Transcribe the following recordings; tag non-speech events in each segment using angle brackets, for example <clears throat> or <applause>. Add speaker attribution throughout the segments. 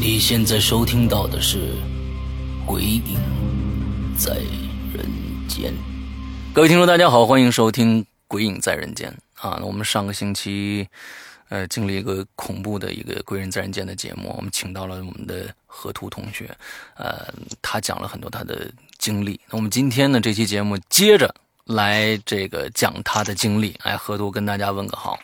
Speaker 1: 你现在收听到的是《鬼影在人间》。啊各位听众，大家好，欢迎收听《呃鬼影在人间》啊。那我们上个星期，呃，经历一个恐怖的一个《鬼人在人间》的节目，我们请到了我们的河图同学，呃，他讲了很多他的经历。那我们今天呢，这期节目接着来这个讲他的经历。哎，河图跟大家问个好。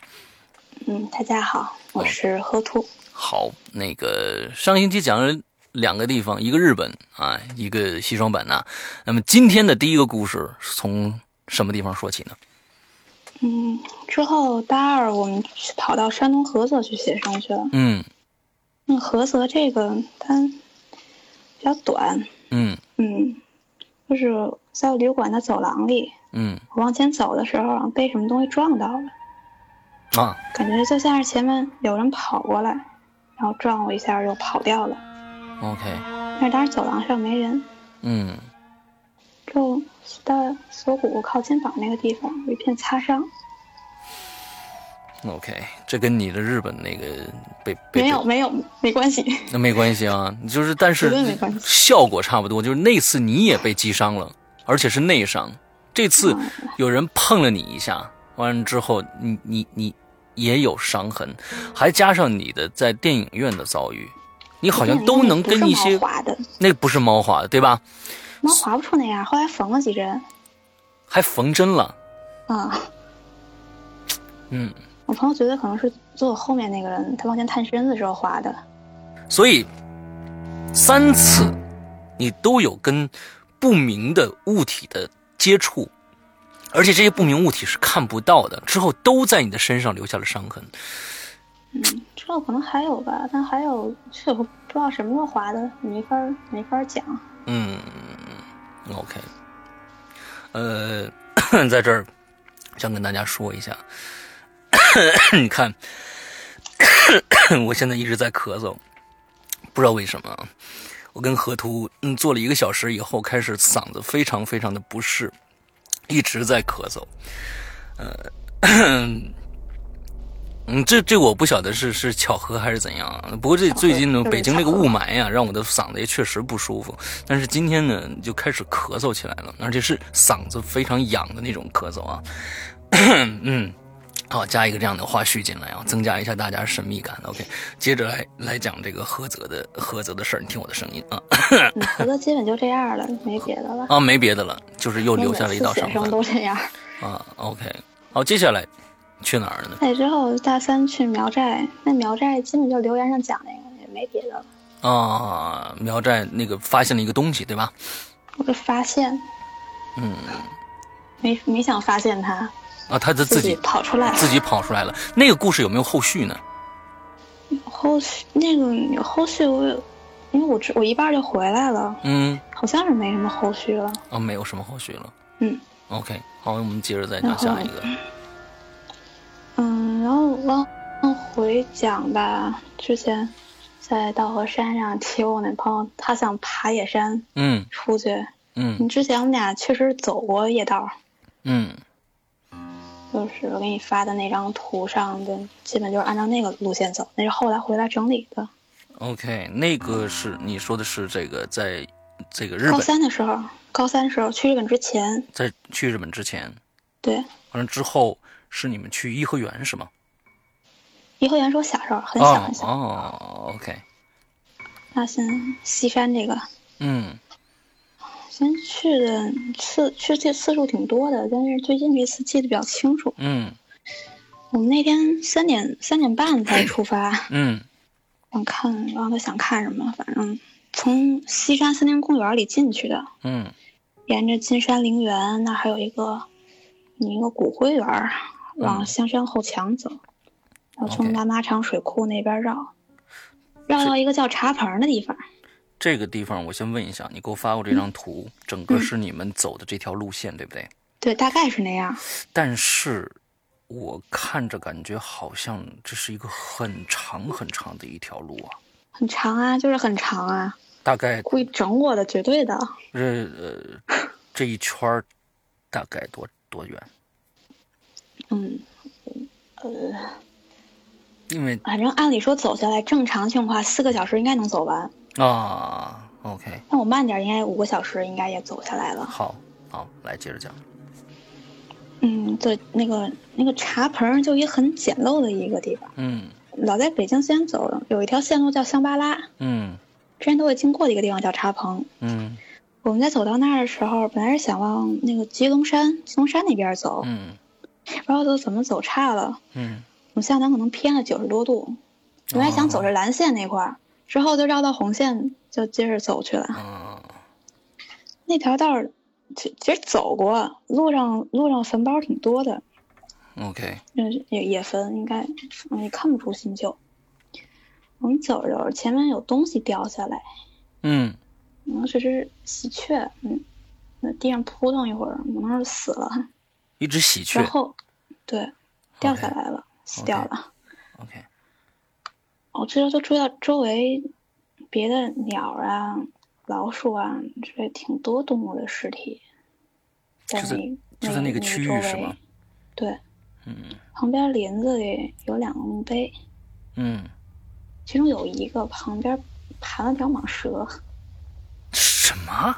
Speaker 2: 嗯，大家好，我是河图。
Speaker 1: 好，那个上星期讲了两个地方，一个日本啊，一个西双版纳。那么今天的第一个故事是从什么地方说起呢？
Speaker 2: 嗯，之后大二我们去跑到山东菏泽去写生去了。
Speaker 1: 嗯
Speaker 2: 嗯，菏泽这个它比较短，
Speaker 1: 嗯
Speaker 2: 嗯，就是在旅馆的走廊里，
Speaker 1: 嗯
Speaker 2: 我往前走的时候啊被什么东西撞到了，
Speaker 1: 啊，
Speaker 2: 感觉就像是前面有人跑过来，然后撞我一下就跑掉了。
Speaker 1: OK，
Speaker 2: 但是当时走廊上没人，
Speaker 1: 嗯
Speaker 2: 就到锁骨靠肩膀那个地方有一片擦伤，
Speaker 1: ，OK，这跟你的日本那个被被
Speaker 2: 没有没有没关系。
Speaker 1: 那没关系啊，就是但是
Speaker 2: 绝对没关系
Speaker 1: 效果差不多，就是那次你也被击伤了，而且是内伤。这次
Speaker 2: 嗯
Speaker 1: 有人碰了你一下，完了之后你你你也有伤痕，还加上你的在电影院的遭遇，你好像都能跟一些
Speaker 2: 不是毛滑的，
Speaker 1: 那不是猫滑的对吧？
Speaker 2: 毛滑不出那样。后来缝了几针，
Speaker 1: 还缝针了，
Speaker 2: 啊、
Speaker 1: 嗯，
Speaker 2: 我朋友觉得可能是坐我后面那个人，他往前探身的时候滑的。
Speaker 1: 所以三次你都有跟不明的物体的接触，而且这些不明物体是看不到的，之后都在你的身上留下了伤痕。
Speaker 2: 之后可能还有吧，但还有这我不知道什么时候滑的，没法儿没法
Speaker 1: <laughs>
Speaker 2: 儿讲。
Speaker 1: 嗯，OK，呃， <coughs> 在这儿想跟大家说一下， <coughs> 你看， <coughs> 我现在一直在咳嗽，不知道为什么啊。我跟河图嗯做了一个小时以后，开始嗓子非常非常的不适，一直在咳嗽。 <coughs> 嗯，这这我不晓得是是巧合还是怎样啊。不过这最近呢，
Speaker 2: 就是
Speaker 1: 北京这个
Speaker 2: 巧合
Speaker 1: 雾霾呀、让我的嗓子也确实不舒服。但是今天呢，就开始咳嗽起来了，而且是嗓子非常痒的那种咳嗽啊。 <coughs> 嗯，好，加一个这样的花絮进来啊，增加一下大家神秘感。OK，接着来来讲这个菏泽的菏泽的事儿，你听我的声音啊 <coughs>
Speaker 2: 嗯，合作基本就这样了，没别
Speaker 1: <laughs>
Speaker 2: 的了。
Speaker 1: 啊，没别的了，就是又留下了一道
Speaker 2: 每次
Speaker 1: 伤
Speaker 2: 写生
Speaker 1: 痕
Speaker 2: 都这样。
Speaker 1: 啊。OK，好，接下来去哪儿了呢？
Speaker 2: 那之后大三去苗寨，那苗寨基本就留言上讲那个，也没别的了。
Speaker 1: 啊，苗寨那个发现了一个东西，对吧？
Speaker 2: 我就发现，
Speaker 1: 嗯，
Speaker 2: 没没想发现他，
Speaker 1: 啊，他的自己
Speaker 2: 跑
Speaker 1: <laughs>
Speaker 2: 出来了。
Speaker 1: 自己跑出来了。那个故事有没有后续呢？
Speaker 2: 后续那个有后续我有，因为我只我一半就回来了，
Speaker 1: 嗯，
Speaker 2: 好像是没什么后续了。
Speaker 1: 啊，没有什么后续了。
Speaker 2: 嗯
Speaker 1: OK，好，我们接着再讲下一个。
Speaker 2: 嗯，然后往往回讲吧，之前在稻荷山上提我那朋友，他想爬野山
Speaker 1: 嗯
Speaker 2: 出去。
Speaker 1: 嗯
Speaker 2: 嗯，之前我们俩确实走过夜道，
Speaker 1: 嗯
Speaker 2: 就是我给你发的那张图上的，基本就是按照那个路线走。那是后来回来整理的。
Speaker 1: ，OK，那个是你说的是这个，在这个日
Speaker 2: 高
Speaker 1: 本，
Speaker 2: 三的时候，高三时候去日本之前，
Speaker 1: 在去日本之前，
Speaker 2: 对，
Speaker 1: 完了之后是你们去颐和园是吗？
Speaker 2: 颐和园是我小时候很小
Speaker 1: 哦
Speaker 2: 很小。
Speaker 1: 哦，OK，
Speaker 2: 那先西山这个，
Speaker 1: 嗯
Speaker 2: 先去的次去这次数挺多的，但是最近这次记得比较清楚。
Speaker 1: 嗯
Speaker 2: 我们那天三点三点半才出发，
Speaker 1: 嗯
Speaker 2: 想看忘了想看什么，反正从西山森林公园里进去的，
Speaker 1: 嗯
Speaker 2: 沿着金山陵园那儿还有一个，嗯一个骨灰园儿，往香山后墙走，然后从
Speaker 1: OK
Speaker 2: 南马场水库那边绕，绕到一个叫茶棚的地方。
Speaker 1: 这个地方我先问一下，你给我发过这张图，整个是你们走的这条路线，对不对？
Speaker 2: 对，大概是那样。
Speaker 1: 但是我看着感觉好像这是一个很长很长的一条路啊，
Speaker 2: 很长啊，就是很长啊，
Speaker 1: 大概
Speaker 2: 故意整我的，绝对的，
Speaker 1: 这呃这一圈儿大概多多远？
Speaker 2: 嗯，
Speaker 1: 因为
Speaker 2: 反正按理说走下来，正常情况下四个小时应该能走完，
Speaker 1: 啊，OK，
Speaker 2: 那我慢点儿应该五个小时应该也走下来了。
Speaker 1: 好，好，来接着讲。
Speaker 2: 嗯，对，那个那个茶棚儿就一很简陋的一个地方，
Speaker 1: 嗯
Speaker 2: 老在北京西安走，有一条线路叫香巴拉，
Speaker 1: 嗯
Speaker 2: 之前都会经过的一个地方叫茶棚。
Speaker 1: 嗯
Speaker 2: 我们在走到那儿的时候，本来是想往那个鸡笼山、鸡笼山那边走，
Speaker 1: 嗯
Speaker 2: 不知道都怎么走岔了，
Speaker 1: 嗯
Speaker 2: 我们向南可能偏了九十多度，本来想走着蓝线那块儿，之后就绕到红线，就接着走去了。
Speaker 1: 啊
Speaker 2: 那条道儿，其其实走过，路上路上坟包挺多的，
Speaker 1: ，OK，
Speaker 2: 就是野野坟应该嗯也看不出新旧。我们走着走着，前面有东西掉下来，
Speaker 1: 嗯
Speaker 2: 可能是只喜鹊，嗯，那地上扑腾一会儿，可能是死了，
Speaker 1: 一只喜鹊
Speaker 2: 然后，对，掉下来了，死掉了。
Speaker 1: ，OK，
Speaker 2: 我这时候就注意到周围别的鸟儿啊、老鼠啊，这类挺多动物的尸体，在
Speaker 1: 就在
Speaker 2: 那
Speaker 1: 就在那个区域是
Speaker 2: 周围
Speaker 1: 吗？
Speaker 2: 对，
Speaker 1: 嗯
Speaker 2: 旁边林子里有两个墓碑，
Speaker 1: 嗯，
Speaker 2: 其中有一个旁边盘了条蟒蛇。
Speaker 1: 什么？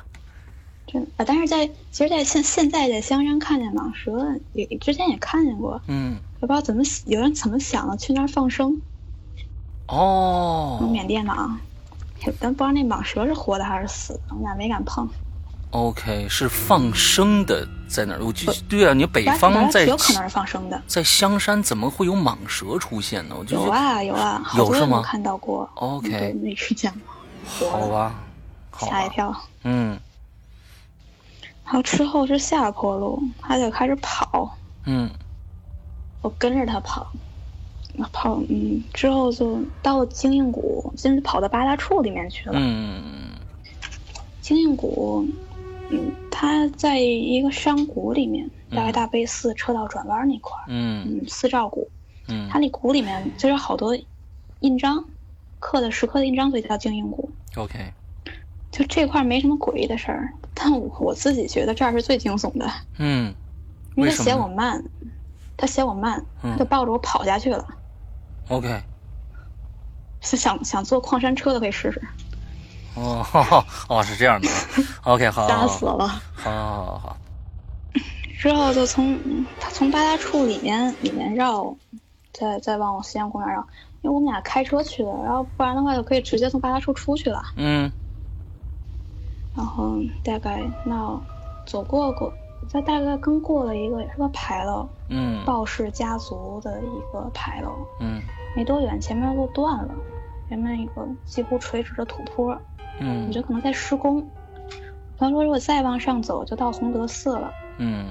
Speaker 2: 真啊，但是在其实在现现在在香山看见蟒蛇，也之前也看见过，
Speaker 1: 嗯
Speaker 2: 也不知道怎么有人怎么想的去那儿放生，
Speaker 1: 哦
Speaker 2: 缅甸的啊，也但不知道那蟒蛇是活的还是死的，我们俩没敢碰。
Speaker 1: ，OK，是放生的在哪儿？我记对啊，你北
Speaker 2: 呃本来本
Speaker 1: 方
Speaker 2: 来
Speaker 1: 在
Speaker 2: 有可能是放生的，
Speaker 1: 在香山怎么会有蟒蛇出现呢？我就
Speaker 2: 有
Speaker 1: 是
Speaker 2: 啊有啊，好多
Speaker 1: 有是
Speaker 2: 人
Speaker 1: 吗
Speaker 2: 都看到过。
Speaker 1: OK
Speaker 2: 嗯没吃见过，
Speaker 1: 好吧，好
Speaker 2: 吓一
Speaker 1: 吧，
Speaker 2: 跳。
Speaker 1: 嗯
Speaker 2: 然后之后是下坡路，他就开始跑，
Speaker 1: 嗯
Speaker 2: 我跟着他跑，跑嗯，之后就到了精英谷，甚至跑到八大处里面去了。
Speaker 1: 嗯
Speaker 2: 精英谷，嗯，它在一个山谷里面，大概大悲寺车道转弯那块儿，
Speaker 1: 嗯
Speaker 2: 嗯，四照谷，
Speaker 1: 嗯
Speaker 2: 它那谷里面就是好多印章，刻的石刻的印章，所以叫精英谷。
Speaker 1: ，OK，
Speaker 2: 就这块儿没什么诡异的事儿，但我我自己觉得这儿是最惊悚的，
Speaker 1: 嗯
Speaker 2: 因
Speaker 1: 为
Speaker 2: 为他
Speaker 1: 什
Speaker 2: 嫌
Speaker 1: 么
Speaker 2: 我慢，他嫌我慢，
Speaker 1: 嗯
Speaker 2: 他就抱着我跑下去了。
Speaker 1: ，OK，
Speaker 2: 是想想坐矿山车的可以试试，
Speaker 1: 哦 <laughs> 哦是这样
Speaker 2: <laughs>
Speaker 1: 的，OK，好，
Speaker 2: 吓
Speaker 1: 好
Speaker 2: 死了。
Speaker 1: 好好好好，
Speaker 2: 之后就从嗯他从八大处里面里面绕，再再往西安公园绕，因为我们俩开车去的，然后不然的话就可以直接从八大处出去了。
Speaker 1: 嗯
Speaker 2: 然后大概那走过过，再大概刚过了一个也是个牌楼，
Speaker 1: 嗯
Speaker 2: 鲍氏家族的一个牌楼。
Speaker 1: 嗯
Speaker 2: 没多远，前面路断了，前面一个几乎垂直的土坡，我
Speaker 1: 嗯
Speaker 2: 觉得可能在施工。他说，如果再往上走，就到洪德寺了。
Speaker 1: 嗯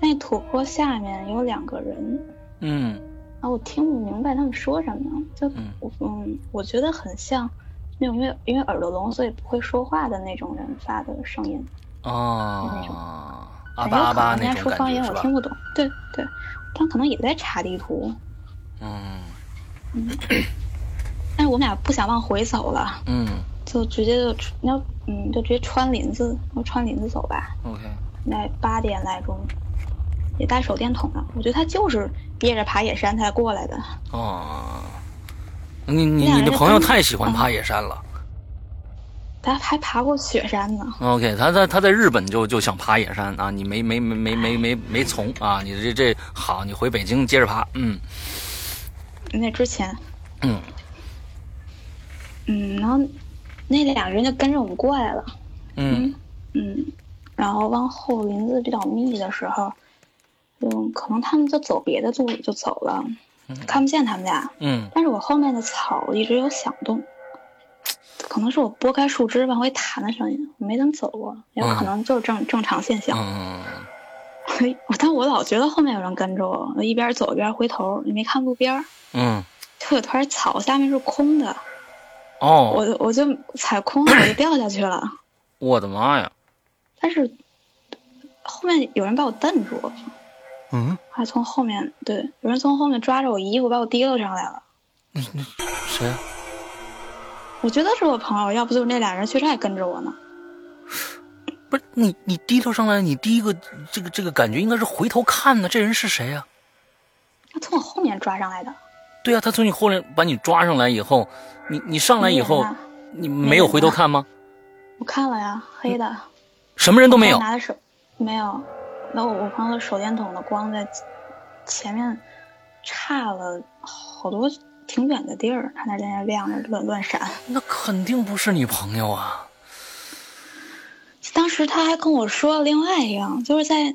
Speaker 2: 那土坡下面有两个人，
Speaker 1: 嗯
Speaker 2: 啊，我听不明白他们说什么，就
Speaker 1: 嗯
Speaker 2: 我嗯，我觉得很像那种因为因为耳朵聋所以不会说话的那种人发的声音，
Speaker 1: 哦，阿
Speaker 2: 很
Speaker 1: 巴阿
Speaker 2: 有可能
Speaker 1: 巴
Speaker 2: 人
Speaker 1: 那
Speaker 2: 家
Speaker 1: 种
Speaker 2: 说
Speaker 1: 感
Speaker 2: 方言
Speaker 1: 觉是
Speaker 2: 我
Speaker 1: 吧
Speaker 2: 听？不懂，对对，他可能也在查地图，
Speaker 1: 嗯
Speaker 2: 但是我们俩不想往回走了，
Speaker 1: 嗯
Speaker 2: 就直接就出那嗯，就直接穿林子，我穿林子走吧。
Speaker 1: ，OK，
Speaker 2: 那八点来钟，也带手电筒了。我觉得他就是憋着爬野山才过来的。
Speaker 1: 哦，你你
Speaker 2: 俩
Speaker 1: 你
Speaker 2: 人
Speaker 1: 的
Speaker 2: 就
Speaker 1: 朋友
Speaker 2: 刚
Speaker 1: 太喜欢
Speaker 2: 嗯
Speaker 1: 爬野山了。
Speaker 2: 他还爬过雪山呢。
Speaker 1: OK，他在他在日本就就想爬野山啊，你没没没没没没没从啊，你这这好，你回北京接着爬，嗯
Speaker 2: 那之前，
Speaker 1: 嗯
Speaker 2: 嗯，然后那两个人就跟着我们过来了。
Speaker 1: 嗯
Speaker 2: 嗯，然后往后林子比较密的时候，嗯，可能他们就走别的路就走了。看不见他们俩，
Speaker 1: 嗯
Speaker 2: 但是我后面的草一直有响动，可能是我拨开树枝往回弹的声音，我没怎么走过，也有可能就是正正常现象。
Speaker 1: 嗯，
Speaker 2: <laughs> 我但我老觉得后面有人跟着我，我一边走一边回头，也没看路边儿，
Speaker 1: 嗯，
Speaker 2: 就有团草下面是空的，
Speaker 1: 哦，
Speaker 2: 我我就踩空了，我就掉下去了。
Speaker 1: 我的妈呀，
Speaker 2: 但是后面有人把我蹬住，
Speaker 1: 嗯，
Speaker 2: 还从后面对，有人从后面抓着我衣服把我提溜上来了。
Speaker 1: 谁啊？
Speaker 2: 我觉得是我朋友，要不就是那俩人确实还跟着我呢。
Speaker 1: 不是你，你低头上来，你第一个这个这个感觉应该是回头看呢，这人是谁呀、
Speaker 2: 他从我后面抓上来的，
Speaker 1: 对啊呀、他从你后面把你抓上来以后，你你上来以后
Speaker 2: 没人啊，
Speaker 1: 你没有回头看吗？
Speaker 2: 我看了呀，黑的，
Speaker 1: 什么人嗯都没有
Speaker 2: 他。拿着手，没有。然后我我朋友的手电筒的光在前面差了好多挺远的地儿，他那在那亮着乱乱闪。
Speaker 1: 那肯定不是你朋友啊！
Speaker 2: 当时他还跟我说另外一样，就是在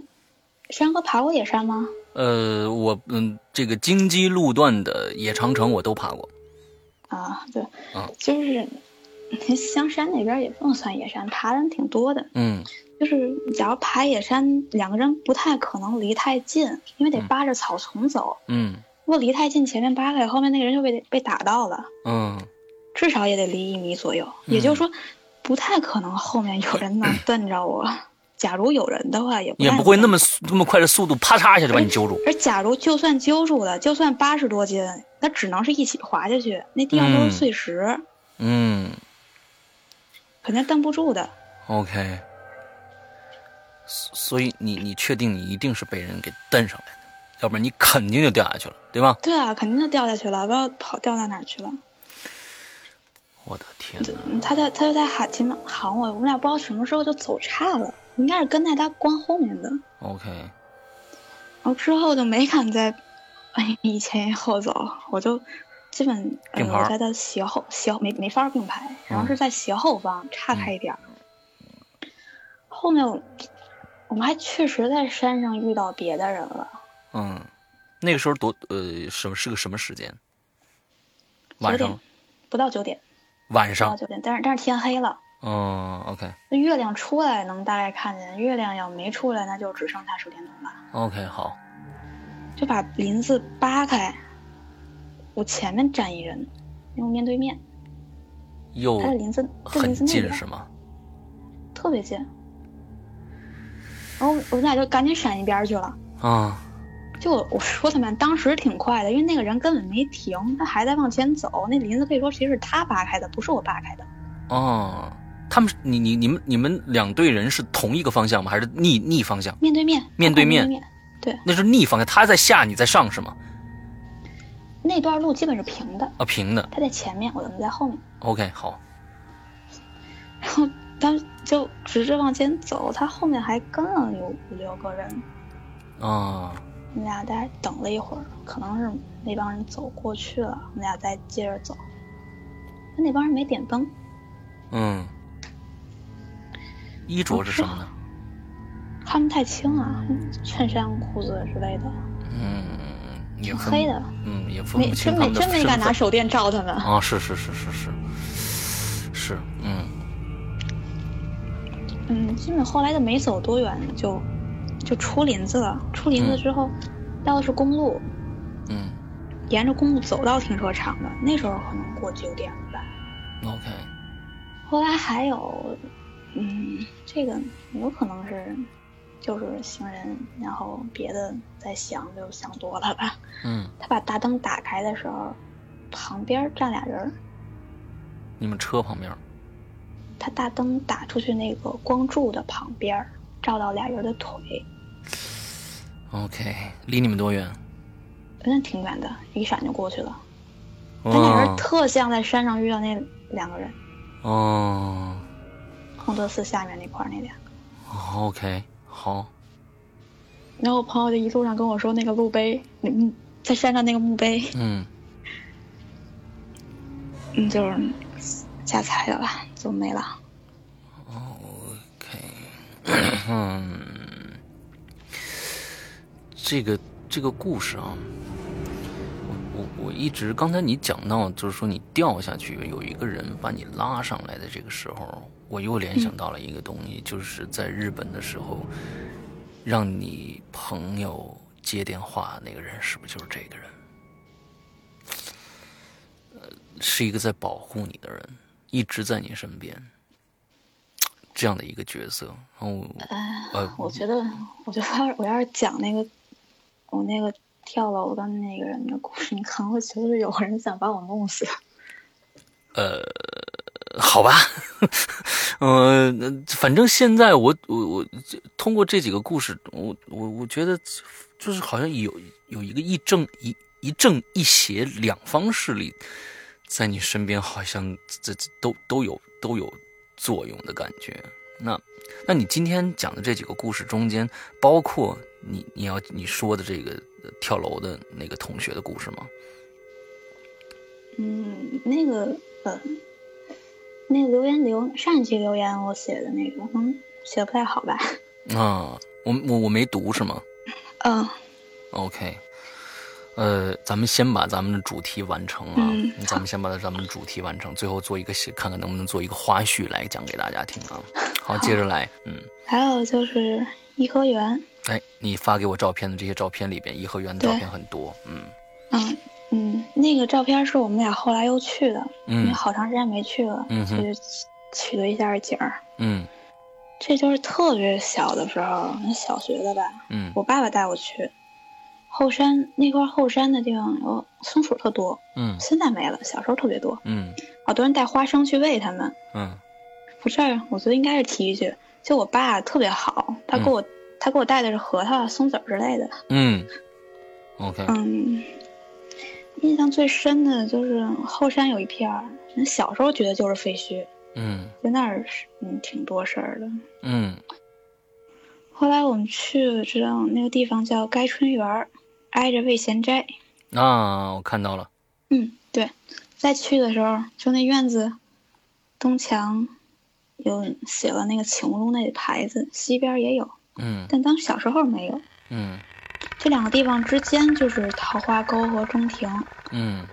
Speaker 2: 山哥爬过野山吗？
Speaker 1: 呃，我嗯，这个京畿路段的野长城我都爬过。
Speaker 2: 啊，对，
Speaker 1: 啊
Speaker 2: 就是 <laughs> 那香山那边也不能算野山，爬人挺多的。
Speaker 1: 嗯
Speaker 2: 就是假如爬野山，两个人不太可能离太近，因为得扒着草丛走。
Speaker 1: 嗯
Speaker 2: 如果离太近，前面扒开，后面那个人就被被打到了，
Speaker 1: 嗯
Speaker 2: 至少也得离一米左右。也就是说，不太可能后面有
Speaker 1: <clears throat>
Speaker 2: 人能瞪着我。假如有人的话，也不
Speaker 1: 也
Speaker 2: 太
Speaker 1: 不会
Speaker 2: 可
Speaker 1: 那么速那么快的速度，啪嚓一下就把你揪住。
Speaker 2: 而假如就算揪住了，就算八十多斤，那只能是一起滑下去，那地上都
Speaker 1: 嗯
Speaker 2: 是碎石，
Speaker 1: 嗯
Speaker 2: 肯定蹬不住的。
Speaker 1: ，OK。所所以你你确定你一定是被人给蹬上来的，要不然你肯定就掉下去了，对吧？
Speaker 2: 对啊，肯定就掉下去了，不知道跑掉到哪儿去了。
Speaker 1: 我的天哪！
Speaker 2: 嗯他在他就在喊前面喊我，我们俩不知道什么时候就走岔了，应该是跟在他光后面的。然
Speaker 1: OK，
Speaker 2: 后之后就没敢再，哎，一前一后走，我就基本呃
Speaker 1: 并排嗯
Speaker 2: 我在他斜后斜后没没法并排，然后是在斜后方岔开一点儿。嗯后面我我们还确实在山上遇到别的人了，
Speaker 1: 嗯，那个时候多呃什么是个什么时间？晚
Speaker 2: 九
Speaker 1: 上
Speaker 2: 点
Speaker 1: 吗，
Speaker 2: 不到九点，
Speaker 1: 晚
Speaker 2: 不到
Speaker 1: 上。
Speaker 2: 九点，但是但是天黑了。
Speaker 1: 嗯，OK
Speaker 2: 那月亮出来能大概看见，月亮要没出来，那就只剩他手电筒了。
Speaker 1: OK，好，
Speaker 2: 就把林子扒开，我前面站一人，因为面对面，
Speaker 1: 又
Speaker 2: 他在林子在
Speaker 1: 哦很
Speaker 2: 林子那
Speaker 1: 近
Speaker 2: 边
Speaker 1: 是吗？
Speaker 2: 特别近。然后我们俩就赶紧闪一边去了。
Speaker 1: 啊，
Speaker 2: 就我我说他们当时挺快的，因为那个人根本没停，他还在往前走。那林子可以说其实是他扒开的，不是我扒开的。
Speaker 1: 哦，他们是你你你们你们两队人是同一个方向吗？还是逆逆方向？
Speaker 2: 面对面，
Speaker 1: 面对面
Speaker 2: 面对面，
Speaker 1: 那是逆方向，他在下，你在上是吗？
Speaker 2: 那段路基本是平的，
Speaker 1: 啊，平的。
Speaker 2: 他在前面，我怎么在后面？
Speaker 1: OK，好，
Speaker 2: 然后他就直着往前走，他后面还跟了有五六个人。
Speaker 1: 啊，
Speaker 2: 我们俩在等了一会儿，可能是那帮人走过去了，我们俩再接着走。但那帮人没点灯，
Speaker 1: 嗯，衣着是什么呢？
Speaker 2: 看不太清啊，衬衫、裤子之类的，
Speaker 1: 嗯，也
Speaker 2: 挺
Speaker 1: 分
Speaker 2: 黑的，
Speaker 1: 嗯，也分
Speaker 2: 没
Speaker 1: 不清他
Speaker 2: 真没
Speaker 1: 们的
Speaker 2: 真没
Speaker 1: 身
Speaker 2: 敢拿
Speaker 1: 份
Speaker 2: 手电照他们。
Speaker 1: 啊，是是是是是是，嗯
Speaker 2: 嗯，基本后来就没走多远就就出林子了。出林子
Speaker 1: 嗯
Speaker 2: 之后，到的是公路，
Speaker 1: 嗯
Speaker 2: 沿着公路走到停车场的。那时候可能过九点了吧。
Speaker 1: ，OK，
Speaker 2: 后来还有，嗯，这个有可能是就是行人，然后别的在想就想多了吧。
Speaker 1: 嗯，
Speaker 2: 他把大灯打开的时候，旁边站俩人儿，
Speaker 1: 你们车旁边，
Speaker 2: 他大灯打出去那个光柱的旁边儿，照到俩人的腿，
Speaker 1: OK，离你们多远？
Speaker 2: 真的嗯挺远的，一闪就过去了。但那人
Speaker 1: 哦
Speaker 2: 特像在山上遇到那两个人，
Speaker 1: 哦
Speaker 2: 洪德寺下面那块儿那俩。
Speaker 1: ，OK，好，
Speaker 2: 然后我朋友就一路上跟我说那个墓碑，那墓在山上那个墓碑。
Speaker 1: 嗯
Speaker 2: 嗯，就是瞎猜的吧，就没了。
Speaker 1: ，OK，嗯，这个这个故事啊，我我一直刚才你讲到，就是说你掉下去，有一个人把你拉上来的这个时候，我又联想到了一个东西，就是在日本的时候，让你朋友接电话那个人，是不是就是这个人？呃，是一个在保护你的人，一直在你身边，这样的一个角色。然后，呃，
Speaker 2: 我觉得，我觉得我要我要是讲那个我那个跳楼的那个人的故事，你可能会觉得是有人想把我弄死。
Speaker 1: 呃，好吧， <laughs> 呃，那反正现在我我我通过这几个故事，我我我觉得就是好像有有一个一正一一正一邪两方势力在你身边，好像这这都都有都有作用的感觉。那那你今天讲的这几个故事中间，包括你你要你说的这个呃跳楼的那个同学的故事吗？
Speaker 2: <laughs> 嗯，那个呃，那个留言留上一期留言我写的那个，嗯，写的不太好吧？
Speaker 1: 啊，我我我没读是吗？
Speaker 2: 嗯
Speaker 1: OK，呃，咱们先把咱们的主题完成啊，
Speaker 2: 嗯
Speaker 1: 咱们先把咱们的主题完成，最后做一个写，看看能不能做一个花絮来讲给大家听
Speaker 2: <laughs>
Speaker 1: 啊。好，接着来，嗯，
Speaker 2: <laughs> 还有就是颐和园，
Speaker 1: 哎，你发给我照片的这些照片里边，颐和园的照
Speaker 2: 对
Speaker 1: 片很多，嗯
Speaker 2: 嗯嗯，那个照片是我们俩后来又去的，因为
Speaker 1: 嗯
Speaker 2: 好长时间没去了，
Speaker 1: 嗯
Speaker 2: 所
Speaker 1: 哼
Speaker 2: 以就取了一下景儿。
Speaker 1: 嗯
Speaker 2: 这就是特别小的时候，那小学的吧，
Speaker 1: 嗯
Speaker 2: 我爸爸带我去。后山那块后山的地方有松鼠特多，
Speaker 1: 嗯
Speaker 2: 现在没了，小时候特别多，
Speaker 1: 嗯
Speaker 2: 好多人带花生去喂它们。
Speaker 1: 嗯
Speaker 2: 不是，我觉得应该是提一句，就我爸特别好，他给我、他给我带的是核桃、啊松子儿之类的。
Speaker 1: 嗯，OK，
Speaker 2: 嗯，印象最深的就是后山有一片儿，小时候觉得就是废墟，
Speaker 1: 嗯
Speaker 2: 在那儿是嗯挺多事儿的。
Speaker 1: 嗯
Speaker 2: 后来我们去知道那个地方叫该春园儿，挨着魏贤斋。
Speaker 1: 啊，我看到了，
Speaker 2: 嗯，对，再去的时候就那院子东墙有写了那个请勿入内的牌子，西边也有，
Speaker 1: 嗯
Speaker 2: 但当时小时候没有。
Speaker 1: 嗯
Speaker 2: 这两个地方之间就是桃花沟和中庭，
Speaker 1: 嗯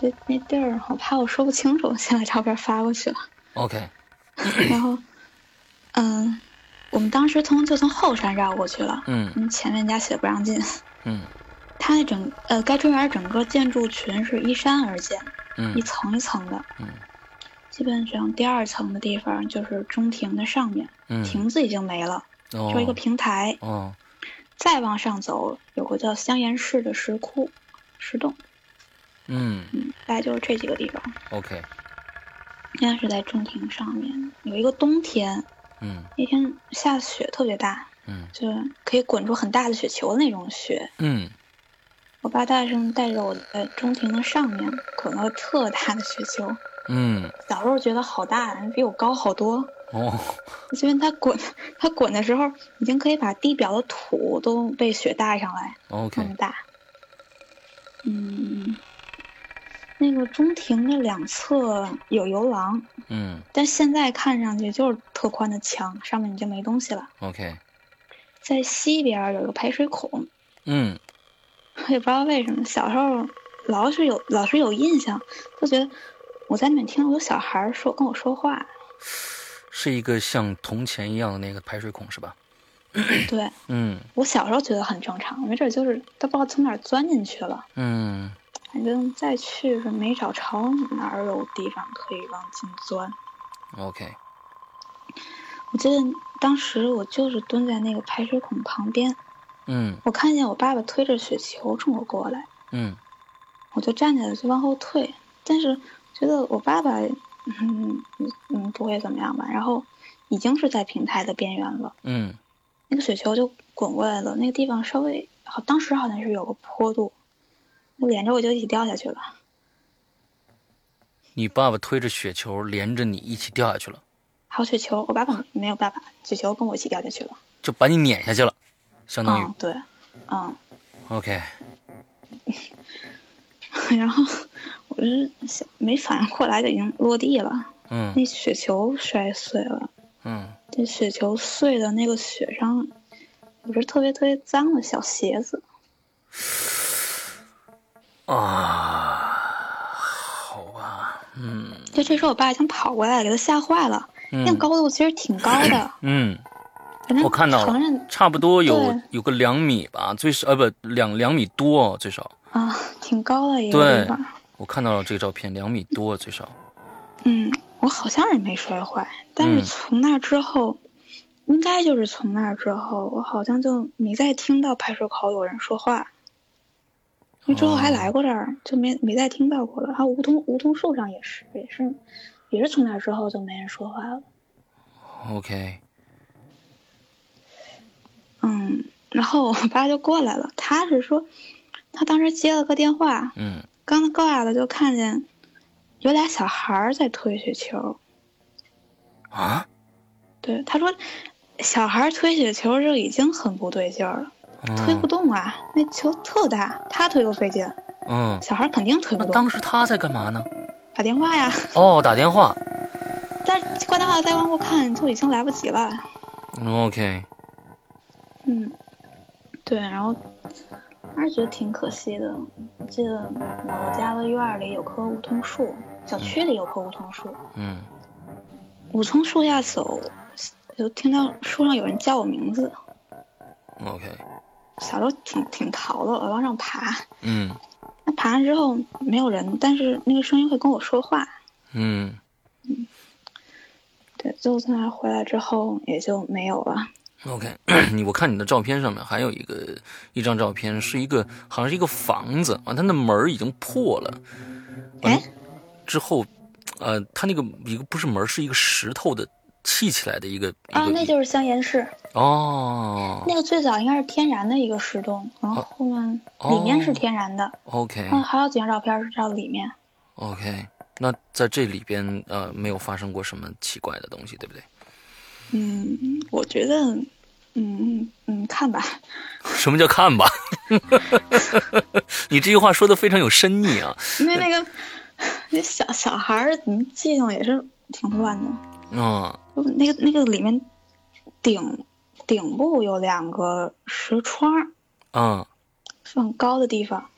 Speaker 2: 那那地儿我怕我说不清楚，先把照片发过去了。
Speaker 1: ，OK，
Speaker 2: 然后，嗯，我们当时从就从后山绕过去了，
Speaker 1: 嗯
Speaker 2: 因为前面人家写不让进。
Speaker 1: 嗯
Speaker 2: 它那整呃该春园整个建筑群是依山而建，一
Speaker 1: 嗯
Speaker 2: 层一层的。
Speaker 1: 嗯
Speaker 2: 基本上第二层的地方就是中庭的上面，
Speaker 1: 嗯，
Speaker 2: 亭子已经没了，
Speaker 1: 哦
Speaker 2: 就一个平台。
Speaker 1: 哦
Speaker 2: 再往上走有个叫香岩市的石窟、石洞，
Speaker 1: 嗯
Speaker 2: 嗯，大概就是这几个地方。
Speaker 1: ，OK，
Speaker 2: 应该是在中庭上面有一个冬天，
Speaker 1: 嗯
Speaker 2: 那天下雪特别大，
Speaker 1: 嗯。
Speaker 2: 就是可以滚出很大的雪球的那种雪。
Speaker 1: 嗯
Speaker 2: 我爸带上带着我在中庭的上面滚了个特大的雪球，
Speaker 1: 嗯，
Speaker 2: 小时候觉得好大，人比我高好多。
Speaker 1: 哦，
Speaker 2: 因为他滚，他滚的时候已经可以把地表的土都被雪带上来，那
Speaker 1: OK，
Speaker 2: 么大。嗯，那个中庭的两侧有游廊，
Speaker 1: 嗯
Speaker 2: 但现在看上去就是特宽的墙，上面已经没东西了。
Speaker 1: ，OK，
Speaker 2: 在西边儿有个排水孔，
Speaker 1: 嗯
Speaker 2: 我也不知道为什么，小时候老是有老是有印象，就觉得我在里面听着有小孩儿说跟我说话，
Speaker 1: 是一个像铜钱一样的那个排水孔是吧？
Speaker 2: 对
Speaker 1: 嗯
Speaker 2: 我小时候觉得很正常，没准儿就是都不知道从哪儿钻进去了。
Speaker 1: 嗯
Speaker 2: 反正再去是没找着哪儿有地方可以往进钻。
Speaker 1: ，OK，
Speaker 2: 我记得当时我就是蹲在那个排水孔旁边，
Speaker 1: 嗯
Speaker 2: 我看见我爸爸推着雪球冲我过来，
Speaker 1: 嗯
Speaker 2: 我就站起来就往后退，但是觉得我爸爸，嗯嗯，不会怎么样吧。然后已经是在平台的边缘了，
Speaker 1: 嗯
Speaker 2: 那个雪球就滚过来了，那个地方稍微好，当时好像是有个坡度，我连着我就一起掉下去了。
Speaker 1: 你爸爸推着雪球连着你一起掉下去了，
Speaker 2: 还有雪球，我爸爸没有办法，雪球跟我一起掉下去了。
Speaker 1: 就把你撵下去了，相当于
Speaker 2: 嗯，对，嗯， <laughs>
Speaker 1: OK，
Speaker 2: 然后我是想没反应过来就已经落地了，
Speaker 1: 嗯
Speaker 2: 那雪球摔碎了，
Speaker 1: 嗯
Speaker 2: 这雪球碎的那个雪上有只特别特别脏的小鞋子，
Speaker 1: 啊，好吧，嗯
Speaker 2: 就这时候，我爸已经跑过来了，给他吓坏了。那
Speaker 1: 嗯
Speaker 2: 高度其实挺高的，
Speaker 1: 嗯，
Speaker 2: 人家
Speaker 1: 我看到
Speaker 2: 承
Speaker 1: 了
Speaker 2: 认，
Speaker 1: 差不多有
Speaker 2: 对
Speaker 1: 有个两米吧，最少呃不两两米多最少，
Speaker 2: 啊，挺高的一个
Speaker 1: 对
Speaker 2: 地方。
Speaker 1: 我看到了这个照片，两米多最少。
Speaker 2: 嗯，我好像是没摔坏，但是
Speaker 1: 嗯
Speaker 2: 从那之后，应该就是从那之后，我好像就没再听到派出口有人说话。因为之后还
Speaker 1: 哦
Speaker 2: 来过这儿，就没没再听到过了。还有梧桐梧桐树上也是，也是，也是从那之后就没人说话了。
Speaker 1: OK，
Speaker 2: 嗯，然后我爸就过来了，他是说，他当时接了个电话，
Speaker 1: 嗯
Speaker 2: 刚过来了就看见有俩小孩儿在推雪球。
Speaker 1: 啊，
Speaker 2: 对，他说，小孩儿推雪球就已经很不对劲儿了，推不
Speaker 1: 嗯
Speaker 2: 动啊，那球特大，他推都费劲，
Speaker 1: 嗯，
Speaker 2: 小孩儿肯定推
Speaker 1: 那
Speaker 2: 不动。
Speaker 1: 当时他在干嘛呢？
Speaker 2: 打电话呀，
Speaker 1: 哦，打电话。
Speaker 2: 但是挂电话再往后看就已经来不及了。
Speaker 1: OK，
Speaker 2: 嗯，对，然后还是觉得挺可惜的。我记得我家的院儿里有棵梧桐树，小区里有棵梧桐树，
Speaker 1: 嗯
Speaker 2: 我从树下走，就听到树上有人叫我名字，
Speaker 1: ，OK，
Speaker 2: 小时候挺挺淘的，我往上爬。
Speaker 1: 嗯
Speaker 2: 那爬上之后没有人，但是那个声音会跟我说话。
Speaker 1: 嗯
Speaker 2: 对，最后从那儿回来之后也就没有了。
Speaker 1: ，OK，你 <clears throat> 我看你的照片上面还有一个一张照片，是一个好像是一个房子啊，它的门儿已经破了，完了
Speaker 2: 哎
Speaker 1: 之后，呃，它那个一个不是门儿，是一个石头的砌起来的一个一
Speaker 2: 啊，
Speaker 1: 个
Speaker 2: 那就是香岩市，
Speaker 1: 哦
Speaker 2: 那个最早应该是天然的一个石洞，然后后面
Speaker 1: 哦
Speaker 2: 里面是天然的。
Speaker 1: ，OK
Speaker 2: 嗯，还有几张照片是照里面。
Speaker 1: OK，那在这里边呃没有发生过什么奇怪的东西，对不对？ <laughs>
Speaker 2: 嗯，我觉得，嗯嗯嗯，看吧。
Speaker 1: 什么叫看吧？ <laughs> 你这句话说的非常有深意啊。
Speaker 2: 因为那个那小小孩儿，嗯，记性也是挺乱的。
Speaker 1: 嗯
Speaker 2: 那个那个里面顶顶部有两个石窗儿，
Speaker 1: 嗯
Speaker 2: 是很高的地方。